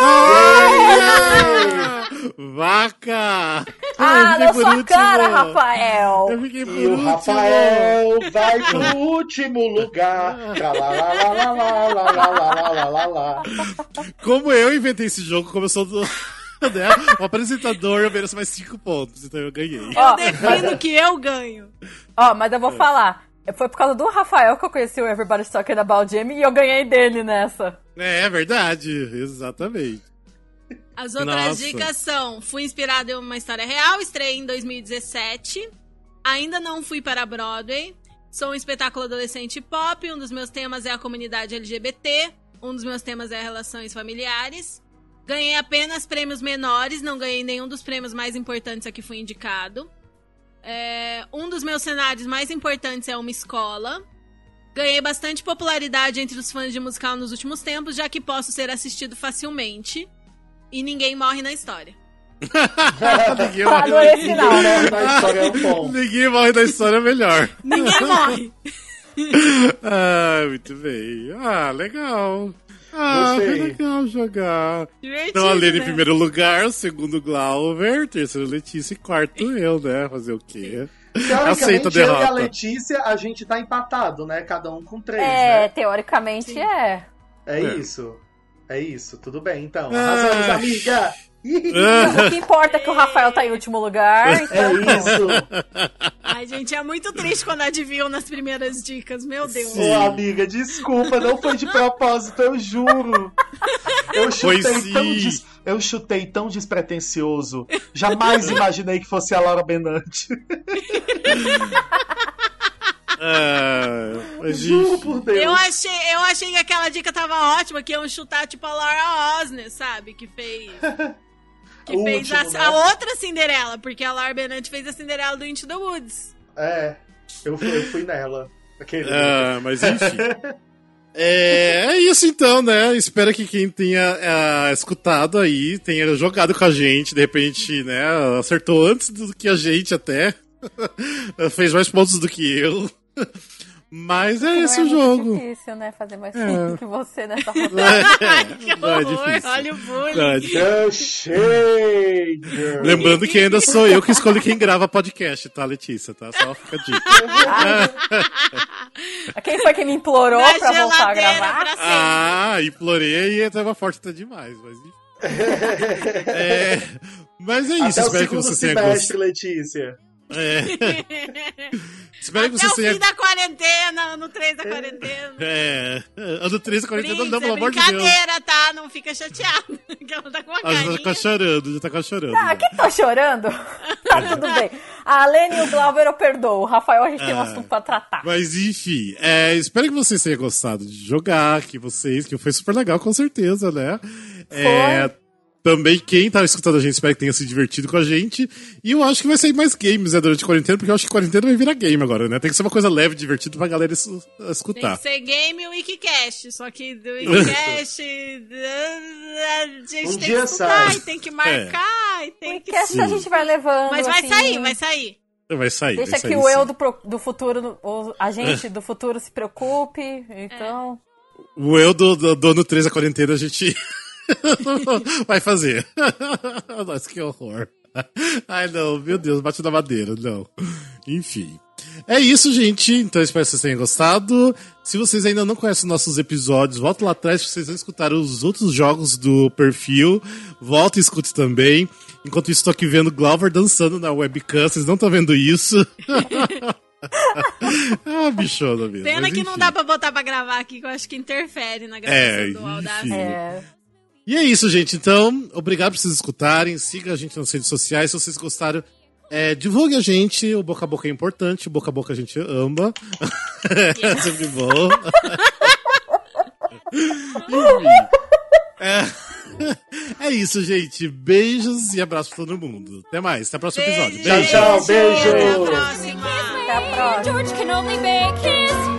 Olha! Vaca! Eu Ah, na fiquei por sua último. cara, Rafael! Eu fiquei por E o último. Rafael vai pro último lugar. Tra lá lá lá lá lá lá lá lá lá lá lá. Como eu inventei esse jogo, como eu sou do, né, o apresentador, eu mereço mais cinco pontos, então eu ganhei. Ó, Defino que eu ganho. ó, mas É. eu vou falar. É, Foi por causa do Rafael que eu conheci o Everybody's Talking About Jamie e eu ganhei dele nessa. É, é verdade, exatamente. As outras Nossa. dicas são: fui inspirado em uma história real, estreiei em 2017. Ainda não fui para a Broadway. Sou um espetáculo adolescente pop. Um dos meus temas é a comunidade LGBT. Um dos meus temas é relações familiares. Ganhei apenas prêmios menores, não ganhei nenhum dos prêmios mais importantes a que fui indicado. É, um dos meus cenários mais importantes é uma escola. Ganhei bastante popularidade entre os fãs de musical nos últimos tempos, já que posso ser assistido facilmente e ninguém morre na história. Ninguém Adorei Tá, é esse né? Não, final. não, a história é um bom. Ninguém morre da história é melhor. Ninguém morre. Ah, muito bem. Ah, legal. Ah, foi Gostei. legal jogar. Divertido, Então, a Lene em né? primeiro lugar, segundo Glauber, terceiro Letícia e quarto eu, né? Fazer o quê? Aceita a Teoricamente, eu e a derrota. Letícia, a gente tá empatado, né? Cada um com três, É, né? teoricamente é. É É. isso. É isso, tudo bem, então. Ah. Arrasamos, amiga! O que importa é que o Rafael tá em último lugar. É Então, isso! Ai, gente, é muito triste quando adivinham nas primeiras dicas, meu Deus. Sim. Ô, amiga, desculpa, não foi de propósito, eu juro! Eu chutei, Foi tão sim. des- eu chutei tão despretensioso. Jamais imaginei que fosse a Laura Benante. Ah, mas, Juro gente, por Deus! Eu achei, eu achei que aquela dica tava ótima, que iam chutar tipo a Laura Osner, sabe? Que fez. Que O fez a, último, a né? outra Cinderela, porque a Laura Benante fez a Cinderela do Into the Woods. É, eu fui, eu fui nela. Aquele. ah, mas enfim. É, é isso então, né? Espero que quem tenha ah, escutado aí tenha jogado com a gente, de repente, né? Acertou antes do que a gente até. Fez mais pontos do que eu. Mas é esse não o muito jogo. difícil, né? Fazer mais É. ponto que você nessa rodada. Ai, que Não, é horror! difícil. Olha o bullying. Não, é difícil. Eu cheio! Lembrando que ainda sou eu que escolho quem grava podcast, tá, Letícia? Tá? Só fica a dica. Quem foi que me implorou Na pra voltar a geladeira gravar? pra sempre. Ah, implorei e tava forte até demais, mas enfim. É, mas é isso, Até o espero que segundo você tenha semestre, gostado. Letícia. É. espero que você Até É o tenha. fim da quarentena, ano 3 da quarentena. É. Ano 13, 40 Prince, não, então, pelo é amor de Deus. brincadeira, tá? Não fica chateado. Que ela tá com uma Ah, já tá carinha. chorando, já tá chorando. Ah, quem tá chorando? tá tudo bem. A Lene e o Glauber eu perdoo. O Rafael, a gente tem um Ah. assunto pra tratar. Mas enfim, é, espero que vocês tenham gostado de jogar, que vocês, que foi super legal, com certeza, né? É, também quem tá escutando a gente, espero que tenha se divertido com a gente. E eu acho que vai sair mais games né, durante a quarentena, porque eu acho que quarentena vai virar game agora, né? Tem que ser uma coisa leve, divertida pra galera es- Tem escutar. que ser game e Wikicast, só que do Wikicast a Um gente tem que dia escutar sai. e tem que marcar e tem Porque que... essa a gente vai levando. Mas vai assim, sair, vai sair. Vai sair. Deixa vai que sair, o eu sim. do, pro- do futuro, o- a gente do futuro se preocupe. Então. O eu do, do, do ano 3 da quarentena a gente vai fazer. Nossa, que horror. Ai, não, meu Deus, bate na madeira, não. Enfim. É isso, gente. Então, espero que vocês tenham gostado. Se vocês ainda não conhecem nossos episódios, volta lá atrás, vocês vão escutar os outros jogos do perfil. Volta e escute também. Enquanto isso, tô aqui vendo Glover dançando na webcam. Vocês não estão vendo isso? ah, bichona mesmo. Pena Mas, que não enfim. dá pra botar pra gravar aqui, que eu acho que interfere na gravação É, do Audacity. enfim. é, E é isso, gente. Então, obrigado por vocês escutarem. Siga a gente nas redes sociais. Se vocês gostaram, é, divulgue a gente. O boca a boca é importante. O boca a boca a gente ama. é sempre bom. Enfim. É, é isso, gente. Beijos e abraço pra todo mundo. Até mais. Até o próximo episódio. Beijo, Tchau, tchau, Até a beijo. próxima. até a próxima. George can only bake his